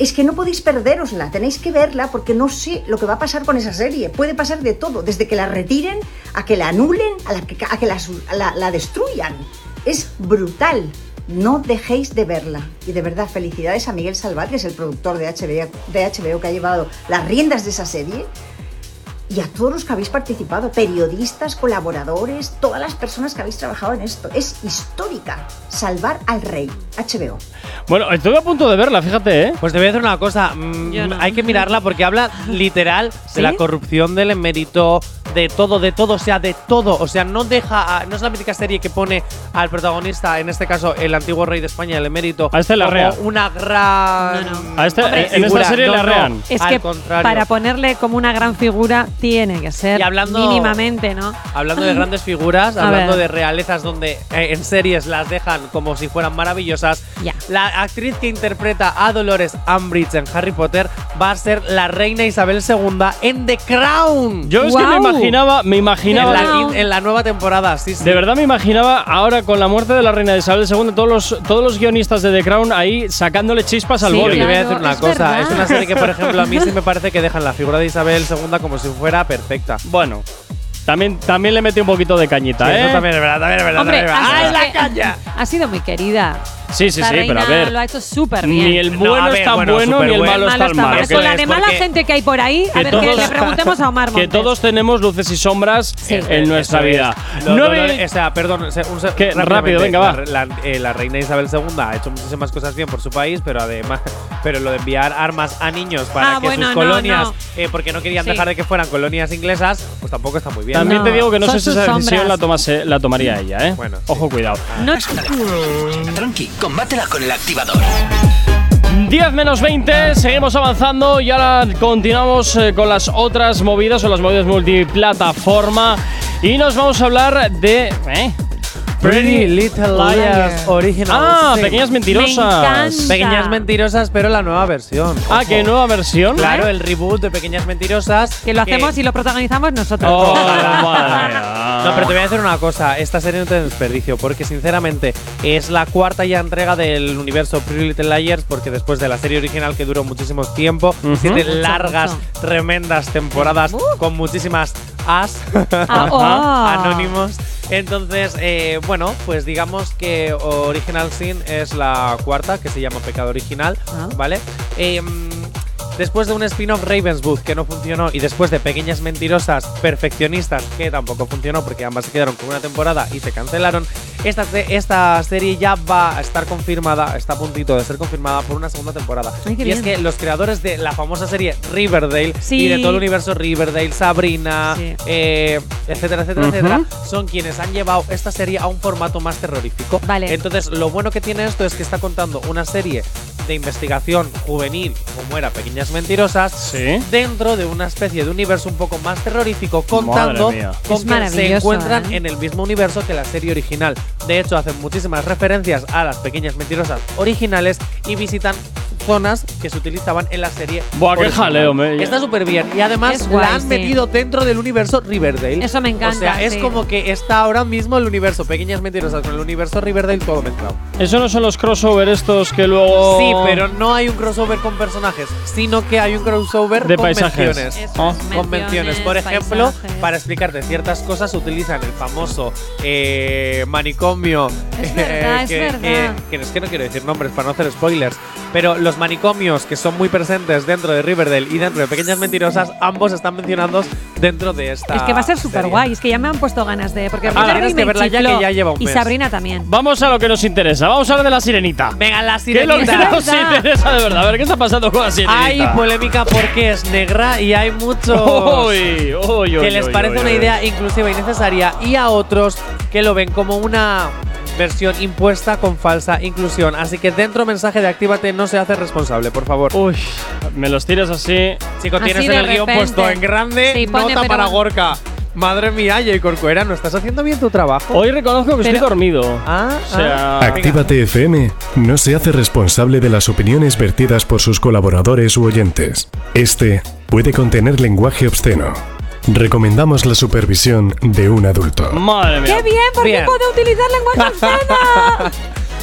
[SPEAKER 9] Es que no podéis perderosla, tenéis que verla porque no sé lo que va a pasar con esa serie. Puede pasar de todo, desde que la retiren a que la anulen, a, la que, a que la, su- a la- la destruyan. Es brutal. No dejéis de verla. Y de verdad, felicidades a Miguel Salvat, que es el productor de HBO, de HBO que ha llevado las riendas de esa serie. Y a todos los que habéis participado, periodistas, colaboradores, todas las personas que habéis trabajado en esto. Es histórica. Salvar al rey. HBO.
[SPEAKER 2] Bueno, estoy a punto de verla, fíjate, ¿eh?
[SPEAKER 1] Pues te voy a decir una cosa, mm,
[SPEAKER 3] Yo no.
[SPEAKER 1] hay que mirarla porque habla literal de la corrupción del emérito, de todo, de todo, o sea, de todo, o sea, no deja, a- no es la mítica serie que pone al protagonista, en este caso el antiguo rey de España, el emérito,
[SPEAKER 2] A este le arrea.
[SPEAKER 1] como una gran
[SPEAKER 3] No,
[SPEAKER 2] A este- en- en
[SPEAKER 1] figura.
[SPEAKER 2] esta serie
[SPEAKER 1] No,
[SPEAKER 2] le
[SPEAKER 1] no,
[SPEAKER 2] arrean.
[SPEAKER 3] Es
[SPEAKER 1] al
[SPEAKER 3] que
[SPEAKER 1] contrario.
[SPEAKER 3] para ponerle como una gran figura tiene que ser
[SPEAKER 1] Y hablando-
[SPEAKER 3] mínimamente, ¿no?
[SPEAKER 1] Hablando
[SPEAKER 3] [LAUGHS]
[SPEAKER 1] de grandes figuras,
[SPEAKER 3] A
[SPEAKER 1] hablando
[SPEAKER 3] ver.
[SPEAKER 1] de realezas donde eh, en series las dejan como si fueran maravillosas,
[SPEAKER 3] Ya.
[SPEAKER 1] la actriz que interpreta a Dolores Umbridge en Harry Potter va a ser la reina Isabel II en The Crown.
[SPEAKER 2] Yo es que me
[SPEAKER 3] Guau.
[SPEAKER 2] imaginaba, me imaginaba.
[SPEAKER 1] en, la,
[SPEAKER 3] Crown.
[SPEAKER 1] quin- en la nueva temporada, sí, sí.
[SPEAKER 2] De verdad me imaginaba ahora con la muerte de la reina de Isabel II, todos los, todos los guionistas de The Crown ahí sacándole chispas al
[SPEAKER 3] Sí,
[SPEAKER 1] Yo
[SPEAKER 2] boli.
[SPEAKER 1] te voy a decir
[SPEAKER 3] Claro,
[SPEAKER 1] una
[SPEAKER 3] es
[SPEAKER 1] cosa,
[SPEAKER 3] verdad.
[SPEAKER 1] es una serie que por ejemplo a mí sí me parece que dejan la figura de Isabel II como si fuera perfecta.
[SPEAKER 2] Bueno, también, también le metí un poquito de cañita,
[SPEAKER 1] Sí,
[SPEAKER 2] ¿eh?
[SPEAKER 1] Eso también es verdad, también es verdad.
[SPEAKER 3] Hombre,
[SPEAKER 1] también es verdad.
[SPEAKER 3] ha,
[SPEAKER 1] ¡Ay,
[SPEAKER 3] sido-
[SPEAKER 1] ¡Ah, la
[SPEAKER 3] es que ha sido muy querida.
[SPEAKER 2] sí, sí,
[SPEAKER 3] La
[SPEAKER 2] sí, pero a
[SPEAKER 3] reina
[SPEAKER 2] ver.
[SPEAKER 3] Lo ha hecho súper bien.
[SPEAKER 2] Ni el
[SPEAKER 1] No,
[SPEAKER 2] bueno
[SPEAKER 1] a ver,
[SPEAKER 2] es tan
[SPEAKER 1] bueno,
[SPEAKER 2] bueno, ni el
[SPEAKER 1] superbuen.
[SPEAKER 2] malo es
[SPEAKER 3] Malo
[SPEAKER 2] tan
[SPEAKER 3] está
[SPEAKER 2] malo.
[SPEAKER 3] mal.
[SPEAKER 2] que
[SPEAKER 3] Con la
[SPEAKER 1] es,
[SPEAKER 3] de mala
[SPEAKER 1] porque-
[SPEAKER 3] gente que hay por ahí, a
[SPEAKER 2] que
[SPEAKER 3] ver, que
[SPEAKER 2] todos-
[SPEAKER 3] le preguntemos a Omar
[SPEAKER 2] [LAUGHS] Que
[SPEAKER 3] Montes.
[SPEAKER 2] todos tenemos luces y sombras en
[SPEAKER 1] Eso
[SPEAKER 2] nuestra
[SPEAKER 1] es.
[SPEAKER 2] vida.
[SPEAKER 1] Lo-
[SPEAKER 2] Nueve-
[SPEAKER 1] lo- lo- o sea, perdón, se- un se-
[SPEAKER 2] ¿Qué? Rápido,
[SPEAKER 1] rápidamente.
[SPEAKER 2] venga, va.
[SPEAKER 1] La, la- eh, la reina Isabel II ha hecho muchísimas cosas bien por su país, pero además, [LAUGHS] pero lo de enviar armas a niños para
[SPEAKER 3] Ah,
[SPEAKER 1] que
[SPEAKER 3] bueno,
[SPEAKER 1] sus
[SPEAKER 3] no,
[SPEAKER 1] colonias,
[SPEAKER 3] no.
[SPEAKER 1] eh, porque no querían
[SPEAKER 3] Sí.
[SPEAKER 1] dejar de que fueran colonias inglesas, pues tampoco está muy bien.
[SPEAKER 2] También
[SPEAKER 3] No,
[SPEAKER 2] te digo que no
[SPEAKER 3] son
[SPEAKER 2] sé si
[SPEAKER 3] sus
[SPEAKER 2] esa decisión
[SPEAKER 3] sombras.
[SPEAKER 2] la, tomase- la tomaría ella, ¿eh?
[SPEAKER 1] Bueno, sí.
[SPEAKER 2] Ojo, cuidado.
[SPEAKER 3] No-
[SPEAKER 2] [LAUGHS]
[SPEAKER 4] Tranqui, combátela con el activador.
[SPEAKER 2] 10 menos 20, seguimos avanzando y ahora continuamos eh, con las otras movidas o las movidas multiplataforma. Y nos vamos a hablar de. ¿eh?
[SPEAKER 1] Pretty Little Liars Original
[SPEAKER 2] Ah,
[SPEAKER 1] Sin.
[SPEAKER 2] pequeñas
[SPEAKER 3] Me
[SPEAKER 2] mentirosas.
[SPEAKER 3] encanta.
[SPEAKER 1] Pequeñas mentirosas, pero la nueva versión.
[SPEAKER 2] Ah,
[SPEAKER 1] Ojo.
[SPEAKER 2] que nueva versión.
[SPEAKER 1] Claro, el reboot de Pequeñas Mentirosas.
[SPEAKER 3] Que lo hacemos y lo protagonizamos nosotros.
[SPEAKER 2] Oh, madre mía.
[SPEAKER 1] No, pero te voy a decir una cosa, esta serie no tiene desperdicio, porque sinceramente es la cuarta ya entrega del universo Pretty Little Liars, porque después de la serie original que duró muchísimo tiempo, siete
[SPEAKER 3] Mucho,
[SPEAKER 1] largas,
[SPEAKER 3] mucho.
[SPEAKER 1] tremendas temporadas con muchísimas as
[SPEAKER 3] [LAUGHS]
[SPEAKER 1] [LAUGHS]
[SPEAKER 3] Ah, oh.
[SPEAKER 1] anónimos. Entonces, eh, bueno, pues digamos que Original Sin es la cuarta, que se llama Pecado Original,
[SPEAKER 3] Ah.
[SPEAKER 1] ¿vale? Em, Después de un spin-off Ravenswood que no funcionó y después de Pequeñas Mentirosas Perfeccionistas que tampoco funcionó porque ambas se quedaron con una temporada y se cancelaron, esta, se- esta serie ya va a estar confirmada, está a puntito de ser confirmada por una segunda temporada.
[SPEAKER 3] Ay, qué
[SPEAKER 1] y es
[SPEAKER 3] bien.
[SPEAKER 1] que los creadores de la famosa serie Riverdale
[SPEAKER 3] Sí.
[SPEAKER 1] y de todo el universo Riverdale, Sabrina,
[SPEAKER 3] Sí.
[SPEAKER 1] eh, etcétera, etcétera,
[SPEAKER 2] Ujú.
[SPEAKER 1] etcétera, son quienes han llevado esta serie a un formato más terrorífico.
[SPEAKER 3] Vale.
[SPEAKER 1] Entonces, lo bueno que tiene esto es que está contando una serie de investigación juvenil, como era Pequeñas Mentirosas,
[SPEAKER 2] Sí.
[SPEAKER 1] dentro de una especie de universo un poco más terrorífico, contando
[SPEAKER 2] mía.
[SPEAKER 3] Es
[SPEAKER 1] con que se
[SPEAKER 3] maravilloso,
[SPEAKER 1] encuentran
[SPEAKER 3] ¿eh?
[SPEAKER 1] en el mismo universo que la serie original. De hecho, hacen muchísimas referencias a las Pequeñas Mentirosas originales y visitan zonas que se utilizaban en la serie.
[SPEAKER 2] Buah, qué
[SPEAKER 1] original.
[SPEAKER 2] jaleo, me-
[SPEAKER 1] Está súper bien. Y además
[SPEAKER 3] Es guay,
[SPEAKER 1] la han
[SPEAKER 3] sí.
[SPEAKER 1] metido dentro del universo Riverdale.
[SPEAKER 3] Eso me encanta,
[SPEAKER 1] O sea, es
[SPEAKER 3] sí.
[SPEAKER 1] como que está ahora mismo el universo Pequeñas Mentirosas con el universo Riverdale todo mezclado.
[SPEAKER 2] Eso no son los crossover estos que luego.
[SPEAKER 1] Sí, pero no hay un crossover con personajes, sino que hay un crossover
[SPEAKER 2] De
[SPEAKER 1] con
[SPEAKER 2] paisajes.
[SPEAKER 1] menciones.
[SPEAKER 3] Eso es,
[SPEAKER 2] Oh.
[SPEAKER 1] Con menciones. Por ejemplo,
[SPEAKER 3] paisajes.
[SPEAKER 1] para explicarte ciertas cosas utilizan el famoso eh, manicomio. [LAUGHS]
[SPEAKER 3] Es verdad, es
[SPEAKER 1] que,
[SPEAKER 3] verdad.
[SPEAKER 1] eh, que es que no quiero decir nombres para no hacer spoilers, pero los manicomios que son muy presentes dentro de Riverdale y dentro de Pequeñas Mentirosas, ambos están mencionados dentro de esta.
[SPEAKER 3] Es que va a ser
[SPEAKER 2] Ah,
[SPEAKER 3] súper
[SPEAKER 1] serie.
[SPEAKER 3] guay, es que ya me han puesto ganas de. Porque
[SPEAKER 1] Ah,
[SPEAKER 3] Riverdale
[SPEAKER 1] tienes
[SPEAKER 3] me
[SPEAKER 1] que verla ya,
[SPEAKER 3] chifló.
[SPEAKER 1] que ya lleva un
[SPEAKER 3] Y
[SPEAKER 1] mes.
[SPEAKER 3] Sabrina también.
[SPEAKER 2] Vamos a lo que nos interesa. Vamos a hablar de la sirenita.
[SPEAKER 1] Venga, la
[SPEAKER 2] ¿Qué es lo que
[SPEAKER 1] sirenita. pues,
[SPEAKER 2] nos interesa de verdad? A ver, ¿qué está pasando con la sirenita?
[SPEAKER 1] Hay polémica porque es negra y hay mucho.
[SPEAKER 2] [LAUGHS] Uy, uy, uy,
[SPEAKER 1] que les
[SPEAKER 2] uy,
[SPEAKER 1] parece
[SPEAKER 2] uy,
[SPEAKER 1] una
[SPEAKER 2] uy.
[SPEAKER 1] idea inclusiva y necesaria y a otros que lo ven como una versión impuesta con falsa inclusión. Así que dentro mensaje de Actívate no se hace responsable, por favor.
[SPEAKER 2] Uy, me los tiras así.
[SPEAKER 1] Chico,
[SPEAKER 3] Así
[SPEAKER 1] tienes en
[SPEAKER 3] de
[SPEAKER 1] el guión
[SPEAKER 3] repente.
[SPEAKER 1] puesto en grande,
[SPEAKER 3] Sí, pone,
[SPEAKER 1] nota
[SPEAKER 3] pero
[SPEAKER 1] para
[SPEAKER 3] bueno.
[SPEAKER 1] Gorka. Madre mía, Jay Corcuera, no estás haciendo bien tu trabajo.
[SPEAKER 2] Hoy reconozco que estoy
[SPEAKER 3] Pero-
[SPEAKER 2] dormido.
[SPEAKER 1] Ah,
[SPEAKER 2] o sea,
[SPEAKER 10] Actívate FM no se hace responsable de las opiniones vertidas por sus colaboradores u oyentes. Este puede contener lenguaje obsceno. Recomendamos la supervisión de un adulto.
[SPEAKER 2] madre mía.
[SPEAKER 3] ¡Qué bien! Porque
[SPEAKER 1] Bien.
[SPEAKER 3] puedo utilizar lenguaje
[SPEAKER 2] [LAUGHS]
[SPEAKER 3] obsceno.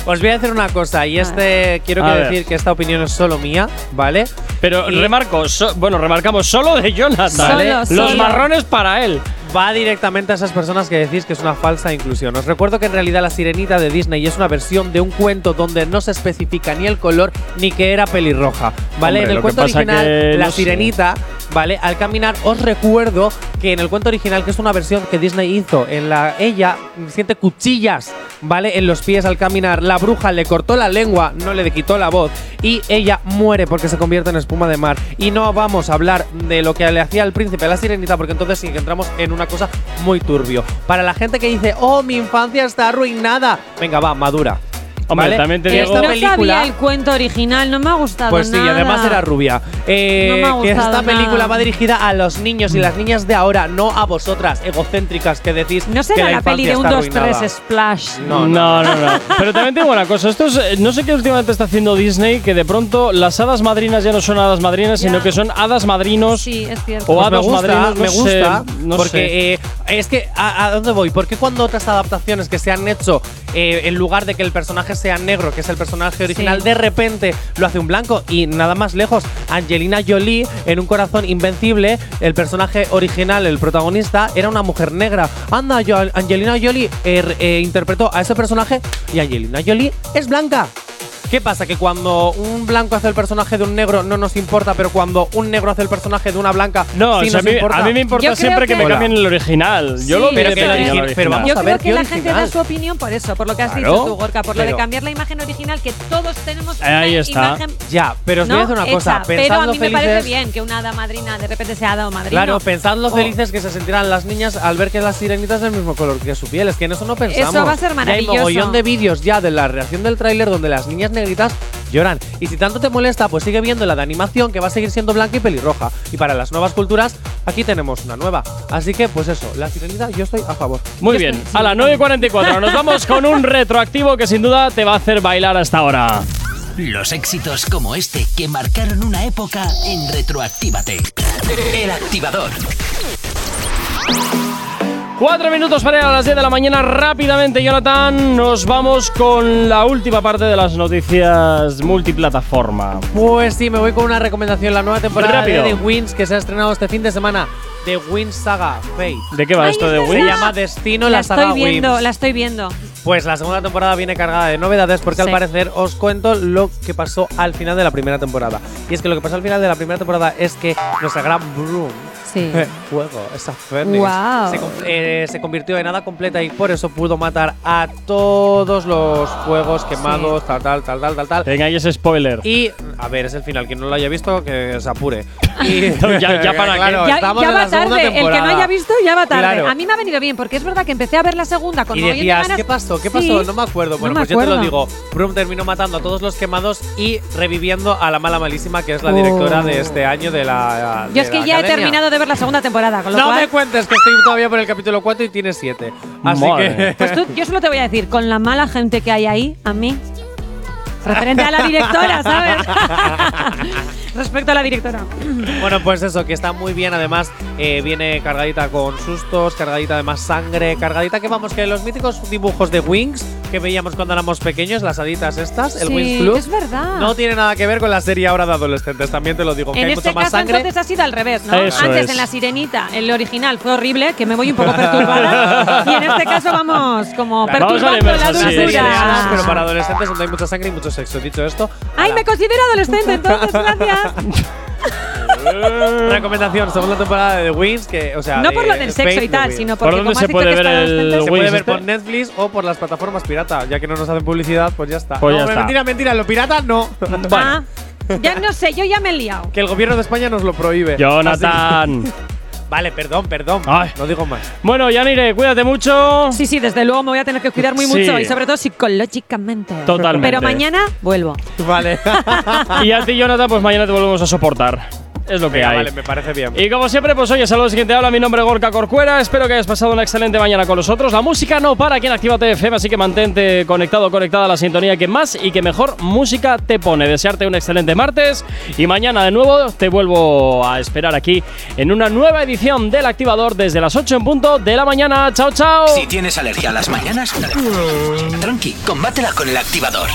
[SPEAKER 1] Os voy a decir una cosa y este quiero
[SPEAKER 2] A
[SPEAKER 1] que
[SPEAKER 2] ver.
[SPEAKER 1] decir que esta opinión es solo mía, ¿vale?
[SPEAKER 2] Pero
[SPEAKER 1] Y-
[SPEAKER 2] remarco, so- bueno, remarcamos solo de Jonathan.
[SPEAKER 3] Solo,
[SPEAKER 2] ¿eh? Los
[SPEAKER 3] solo.
[SPEAKER 2] marrones para él.
[SPEAKER 1] va directamente a esas personas que decís que es una falsa inclusión. Os recuerdo que en realidad la sirenita de Disney es una versión de un cuento donde no se especifica ni el color ni que era pelirroja. ¿Vale?
[SPEAKER 2] Hombre,
[SPEAKER 1] en
[SPEAKER 2] lo que
[SPEAKER 1] el cuento
[SPEAKER 2] pasa
[SPEAKER 1] original,
[SPEAKER 2] que
[SPEAKER 1] la
[SPEAKER 2] no sé.
[SPEAKER 1] sirenita ¿vale? Al caminar, os recuerdo que en el cuento original, que es una versión que Disney hizo, en la ella siente cuchillas, ¿vale? En los pies al caminar. La bruja le cortó la lengua, no le quitó la voz, y ella muere porque se convierte en espuma de mar. Y no vamos a hablar de lo que le hacía el príncipe a la sirenita, porque entonces sí que entramos en una cosa muy turbio. Para la gente que dice, oh, mi infancia está arruinada, venga, va, madura.
[SPEAKER 2] Hombre,
[SPEAKER 1] ¿vale?
[SPEAKER 2] también te
[SPEAKER 1] Que
[SPEAKER 2] digo-
[SPEAKER 1] esta
[SPEAKER 3] no
[SPEAKER 1] película-
[SPEAKER 3] sabía el cuento original, no me ha gustado
[SPEAKER 1] pues sí, y
[SPEAKER 3] nada.
[SPEAKER 1] además era rubia. Eh,
[SPEAKER 3] No me ha
[SPEAKER 1] que
[SPEAKER 3] gustado
[SPEAKER 1] esta película
[SPEAKER 3] nada.
[SPEAKER 1] va dirigida a los niños y las niñas de ahora, no a vosotras, egocéntricas, que decís.
[SPEAKER 3] No
[SPEAKER 1] que
[SPEAKER 3] será la
[SPEAKER 1] infancia
[SPEAKER 3] peli de un
[SPEAKER 1] está
[SPEAKER 3] 2,
[SPEAKER 1] arruinada.
[SPEAKER 3] 3 Splash.
[SPEAKER 2] No, no, no. Pero también tengo una cosa. Esto es, eh, no sé qué últimamente está haciendo Disney, que de pronto las hadas madrinas ya no son hadas madrinas, sino que son hadas madrinos.
[SPEAKER 3] Sí, es cierto.
[SPEAKER 2] O
[SPEAKER 1] Pues me
[SPEAKER 2] hadas
[SPEAKER 1] gusta,
[SPEAKER 2] madrinas, no
[SPEAKER 1] me
[SPEAKER 2] sé,
[SPEAKER 1] gusta,
[SPEAKER 2] no sé.
[SPEAKER 1] porque eh, es que ¿a, a dónde voy? ¿Por qué cuando otras adaptaciones que se han hecho eh, en lugar de que el personaje sea negro, que es el personaje original,
[SPEAKER 3] Sí.
[SPEAKER 1] de repente lo hace un blanco y nada más lejos, Angelina Jolie en un corazón invencible, el personaje original, el protagonista era una mujer negra. Anda, yo- Angelina Jolie eh, re- eh, interpretó a ese personaje y Angelina Jolie es blanca. ¿Qué pasa? Que cuando un blanco hace el personaje de un negro no nos importa, pero cuando un negro hace el personaje de una blanca
[SPEAKER 2] No,
[SPEAKER 1] sí
[SPEAKER 2] o sea, a,
[SPEAKER 1] nos
[SPEAKER 2] mí,
[SPEAKER 1] importa.
[SPEAKER 2] a mí me importa
[SPEAKER 3] Yo creo
[SPEAKER 2] siempre que,
[SPEAKER 3] que-
[SPEAKER 2] me
[SPEAKER 1] Hola.
[SPEAKER 2] cambien el original. Yo lo
[SPEAKER 3] Sí,
[SPEAKER 2] vi
[SPEAKER 1] pero que el
[SPEAKER 2] pequeño, el
[SPEAKER 1] origi- pero
[SPEAKER 2] original.
[SPEAKER 1] vamos
[SPEAKER 3] Yo
[SPEAKER 1] a
[SPEAKER 3] creo
[SPEAKER 1] ver
[SPEAKER 3] que
[SPEAKER 1] qué
[SPEAKER 3] la gente
[SPEAKER 1] original.
[SPEAKER 3] da su opinión por eso, por lo que has
[SPEAKER 2] Claro.
[SPEAKER 3] dicho tú, Gorka, por lo de
[SPEAKER 1] Pero-
[SPEAKER 3] cambiar la imagen original, que todos tenemos
[SPEAKER 2] Ahí
[SPEAKER 3] una
[SPEAKER 2] está.
[SPEAKER 3] imagen
[SPEAKER 1] Ya, pero os voy a
[SPEAKER 3] ¿no?
[SPEAKER 1] decir una
[SPEAKER 3] hecha.
[SPEAKER 1] cosa.
[SPEAKER 3] Pero
[SPEAKER 1] Pensadlo
[SPEAKER 3] a mí me
[SPEAKER 1] felices.
[SPEAKER 3] parece bien que una hada madrina de repente sea hada o madrina.
[SPEAKER 1] Claro, pensad lo
[SPEAKER 3] Oh.
[SPEAKER 1] felices que se sentirán las niñas al ver que las sirenitas del mismo color que su piel. Es que en eso no pensamos.
[SPEAKER 3] Eso va a ser maravilloso.
[SPEAKER 1] Ya hay mogollón de vídeos ya de la reacción del tráiler donde las niñas negritas lloran. Y si tanto te molesta, pues sigue viendo la de animación que va a seguir siendo blanca y pelirroja. Y para las nuevas culturas, aquí tenemos una nueva. Así que, pues eso, la sirenita yo estoy a favor.
[SPEAKER 2] Muy bien, a las 9.44 nos vamos con un retroactivo que sin duda te va a hacer bailar hasta ahora.
[SPEAKER 4] Los éxitos como este que marcaron una época en Retroactívate. El activador.
[SPEAKER 2] Cuatro minutos para llegar a las 10 de la mañana. Rápidamente, Jonathan, nos vamos con la última parte de las noticias multiplataforma.
[SPEAKER 1] Pues sí, me voy con una recomendación. La nueva temporada
[SPEAKER 2] Rápido.
[SPEAKER 1] de The Winds que se ha estrenado este fin de semana. The Winds Saga Fate.
[SPEAKER 2] ¿De qué va
[SPEAKER 3] Ay,
[SPEAKER 2] esto
[SPEAKER 3] es
[SPEAKER 2] de
[SPEAKER 3] verdad.
[SPEAKER 1] Se
[SPEAKER 2] Wii?
[SPEAKER 1] llama Destino
[SPEAKER 3] La,
[SPEAKER 1] la, saga
[SPEAKER 3] estoy viendo,
[SPEAKER 1] Winds.
[SPEAKER 3] la estoy viendo.
[SPEAKER 1] Pues la segunda temporada viene cargada de novedades porque al
[SPEAKER 3] Sí.
[SPEAKER 1] parecer os cuento lo que pasó al final de la primera temporada. Y es que lo que pasó al final de la primera temporada es que nuestra gran Broom,
[SPEAKER 3] Sí.
[SPEAKER 1] fuego, esa Fénix,
[SPEAKER 3] Guau.
[SPEAKER 1] se, con- eh, se convirtió en hada completa y por eso pudo matar a todos los fuegos quemados, tal, tal, tal, tal, tal, tal.
[SPEAKER 2] Venga, ahí ese spoiler.
[SPEAKER 1] Y, a ver, es el final. Quien no lo haya visto, que se
[SPEAKER 3] [LAUGHS]
[SPEAKER 1] apure. Y-
[SPEAKER 2] No, ya-
[SPEAKER 1] [LAUGHS]
[SPEAKER 2] ya para qué.
[SPEAKER 1] Claro, [LAUGHS]
[SPEAKER 3] Ya,
[SPEAKER 1] estamos
[SPEAKER 3] ya
[SPEAKER 1] en la
[SPEAKER 3] va
[SPEAKER 1] segunda
[SPEAKER 3] tarde, el que no
[SPEAKER 1] temporada.
[SPEAKER 3] haya visto ya va tarde.
[SPEAKER 1] Claro.
[SPEAKER 3] A mí me ha venido bien, porque es verdad que empecé a ver la segunda con
[SPEAKER 1] Y
[SPEAKER 3] mogollón de
[SPEAKER 1] decías,
[SPEAKER 3] ganas.
[SPEAKER 1] ¿qué pasó? ¿Qué
[SPEAKER 3] Sí.
[SPEAKER 1] pasó? No me acuerdo. Bueno,
[SPEAKER 3] No me
[SPEAKER 1] pues yo te lo
[SPEAKER 3] acuerdo.
[SPEAKER 1] digo. Broom terminó matando a todos los quemados y reviviendo a la mala malísima, que es la directora
[SPEAKER 3] Oh.
[SPEAKER 1] de este año de la. de
[SPEAKER 3] Yo es que
[SPEAKER 1] la
[SPEAKER 3] ya he
[SPEAKER 1] academia.
[SPEAKER 3] terminado de ver la segunda temporada, con lo
[SPEAKER 1] No
[SPEAKER 3] cual…
[SPEAKER 1] me cuentes que estoy todavía por el capítulo 4 y tienes 7. Así
[SPEAKER 2] Madre.
[SPEAKER 1] que.
[SPEAKER 3] Pues tú, yo solo te voy a decir, con la mala gente que hay ahí, a mí, referente a la
[SPEAKER 2] [LAUGHS]
[SPEAKER 3] directora, ¿sabes? [LAUGHS] Respecto a la directora.
[SPEAKER 1] bueno, pues eso, que [LAUGHS] está muy bien. Además, eh, viene cargadita con sustos, cargadita de más sangre, cargadita que vamos, que los míticos dibujos de Wings que veíamos cuando éramos pequeños, las haditas estas, el
[SPEAKER 3] Sí,
[SPEAKER 1] Wings Plus.
[SPEAKER 3] es verdad.
[SPEAKER 1] No tiene nada que ver con la serie ahora de adolescentes, también te lo digo. que
[SPEAKER 3] en
[SPEAKER 1] hay
[SPEAKER 3] este
[SPEAKER 1] mucho más
[SPEAKER 3] caso
[SPEAKER 1] sangre.
[SPEAKER 3] entonces ha sido al revés, ¿no?
[SPEAKER 2] Eso
[SPEAKER 3] Antes
[SPEAKER 2] es.
[SPEAKER 3] en La Sirenita, el original fue horrible, que me voy un poco
[SPEAKER 2] [LAUGHS]
[SPEAKER 3] perturbada. y en este caso vamos como
[SPEAKER 2] Claro, vamos a la
[SPEAKER 3] perturbando la
[SPEAKER 2] inversa,
[SPEAKER 1] Una
[SPEAKER 2] sí,
[SPEAKER 1] serie de hadas, pero para
[SPEAKER 3] dulzura.
[SPEAKER 1] adolescentes donde hay mucha sangre y mucho sexo. Dicho esto,
[SPEAKER 3] Ay, me considero adolescente entonces,
[SPEAKER 2] [LAUGHS]
[SPEAKER 3] gracias.
[SPEAKER 1] [LAUGHS] recomendación, segunda temporada de The Wings, que, o sea,
[SPEAKER 3] No
[SPEAKER 1] de
[SPEAKER 3] por lo del sexo
[SPEAKER 1] Fate
[SPEAKER 3] y
[SPEAKER 1] The
[SPEAKER 3] tal,
[SPEAKER 1] Wings.
[SPEAKER 3] sino
[SPEAKER 2] ¿Por
[SPEAKER 3] porque
[SPEAKER 2] dónde
[SPEAKER 3] como has
[SPEAKER 2] se
[SPEAKER 3] dicho
[SPEAKER 2] puede
[SPEAKER 3] que es
[SPEAKER 2] ver
[SPEAKER 3] para
[SPEAKER 2] el
[SPEAKER 1] Se
[SPEAKER 3] adolescentes-
[SPEAKER 1] puede
[SPEAKER 2] Wings
[SPEAKER 1] ver
[SPEAKER 2] este?
[SPEAKER 1] por Netflix o por las plataformas pirata, ya que no nos hacen publicidad, pues ya está.
[SPEAKER 2] Pues
[SPEAKER 1] no,
[SPEAKER 2] ya está.
[SPEAKER 1] mentira, mentira, lo pirata
[SPEAKER 3] [LAUGHS]
[SPEAKER 1] no.
[SPEAKER 3] Ah, ya no sé, yo ya me he liado.
[SPEAKER 1] que el gobierno de España nos lo prohíbe. Así
[SPEAKER 2] Jonathan.
[SPEAKER 1] que- [LAUGHS] vale, perdón, perdón.
[SPEAKER 2] Ay.
[SPEAKER 1] No digo
[SPEAKER 2] [LAUGHS]
[SPEAKER 1] más.
[SPEAKER 2] Bueno, Yanire, cuídate mucho.
[SPEAKER 3] Sí, sí, desde luego me voy a tener que cuidar muy
[SPEAKER 2] Sí.
[SPEAKER 3] mucho y sobre todo psicológicamente.
[SPEAKER 2] Totalmente.
[SPEAKER 3] Pero mañana vuelvo.
[SPEAKER 1] Vale.
[SPEAKER 2] Y a ti, Jonathan, pues mañana te volvemos a soportar. Es lo que
[SPEAKER 1] Venga,
[SPEAKER 2] hay.
[SPEAKER 1] vale, me parece bien.
[SPEAKER 2] Y como siempre, pues oye, saludos quien te habla, mi nombre es Gorka Corcuera, espero que hayas pasado una excelente mañana con nosotros. La música no para aquí en Actívate FM, así que mantente conectado, conectada a la sintonía que más y que mejor música te pone. Desearte un excelente martes y mañana de nuevo te vuelvo a esperar aquí en una nueva edición del Activador desde las 8 en punto de la mañana. ¡Chao, chao!
[SPEAKER 4] Si tienes alergia a las mañanas, tranqui, combátela con el activador.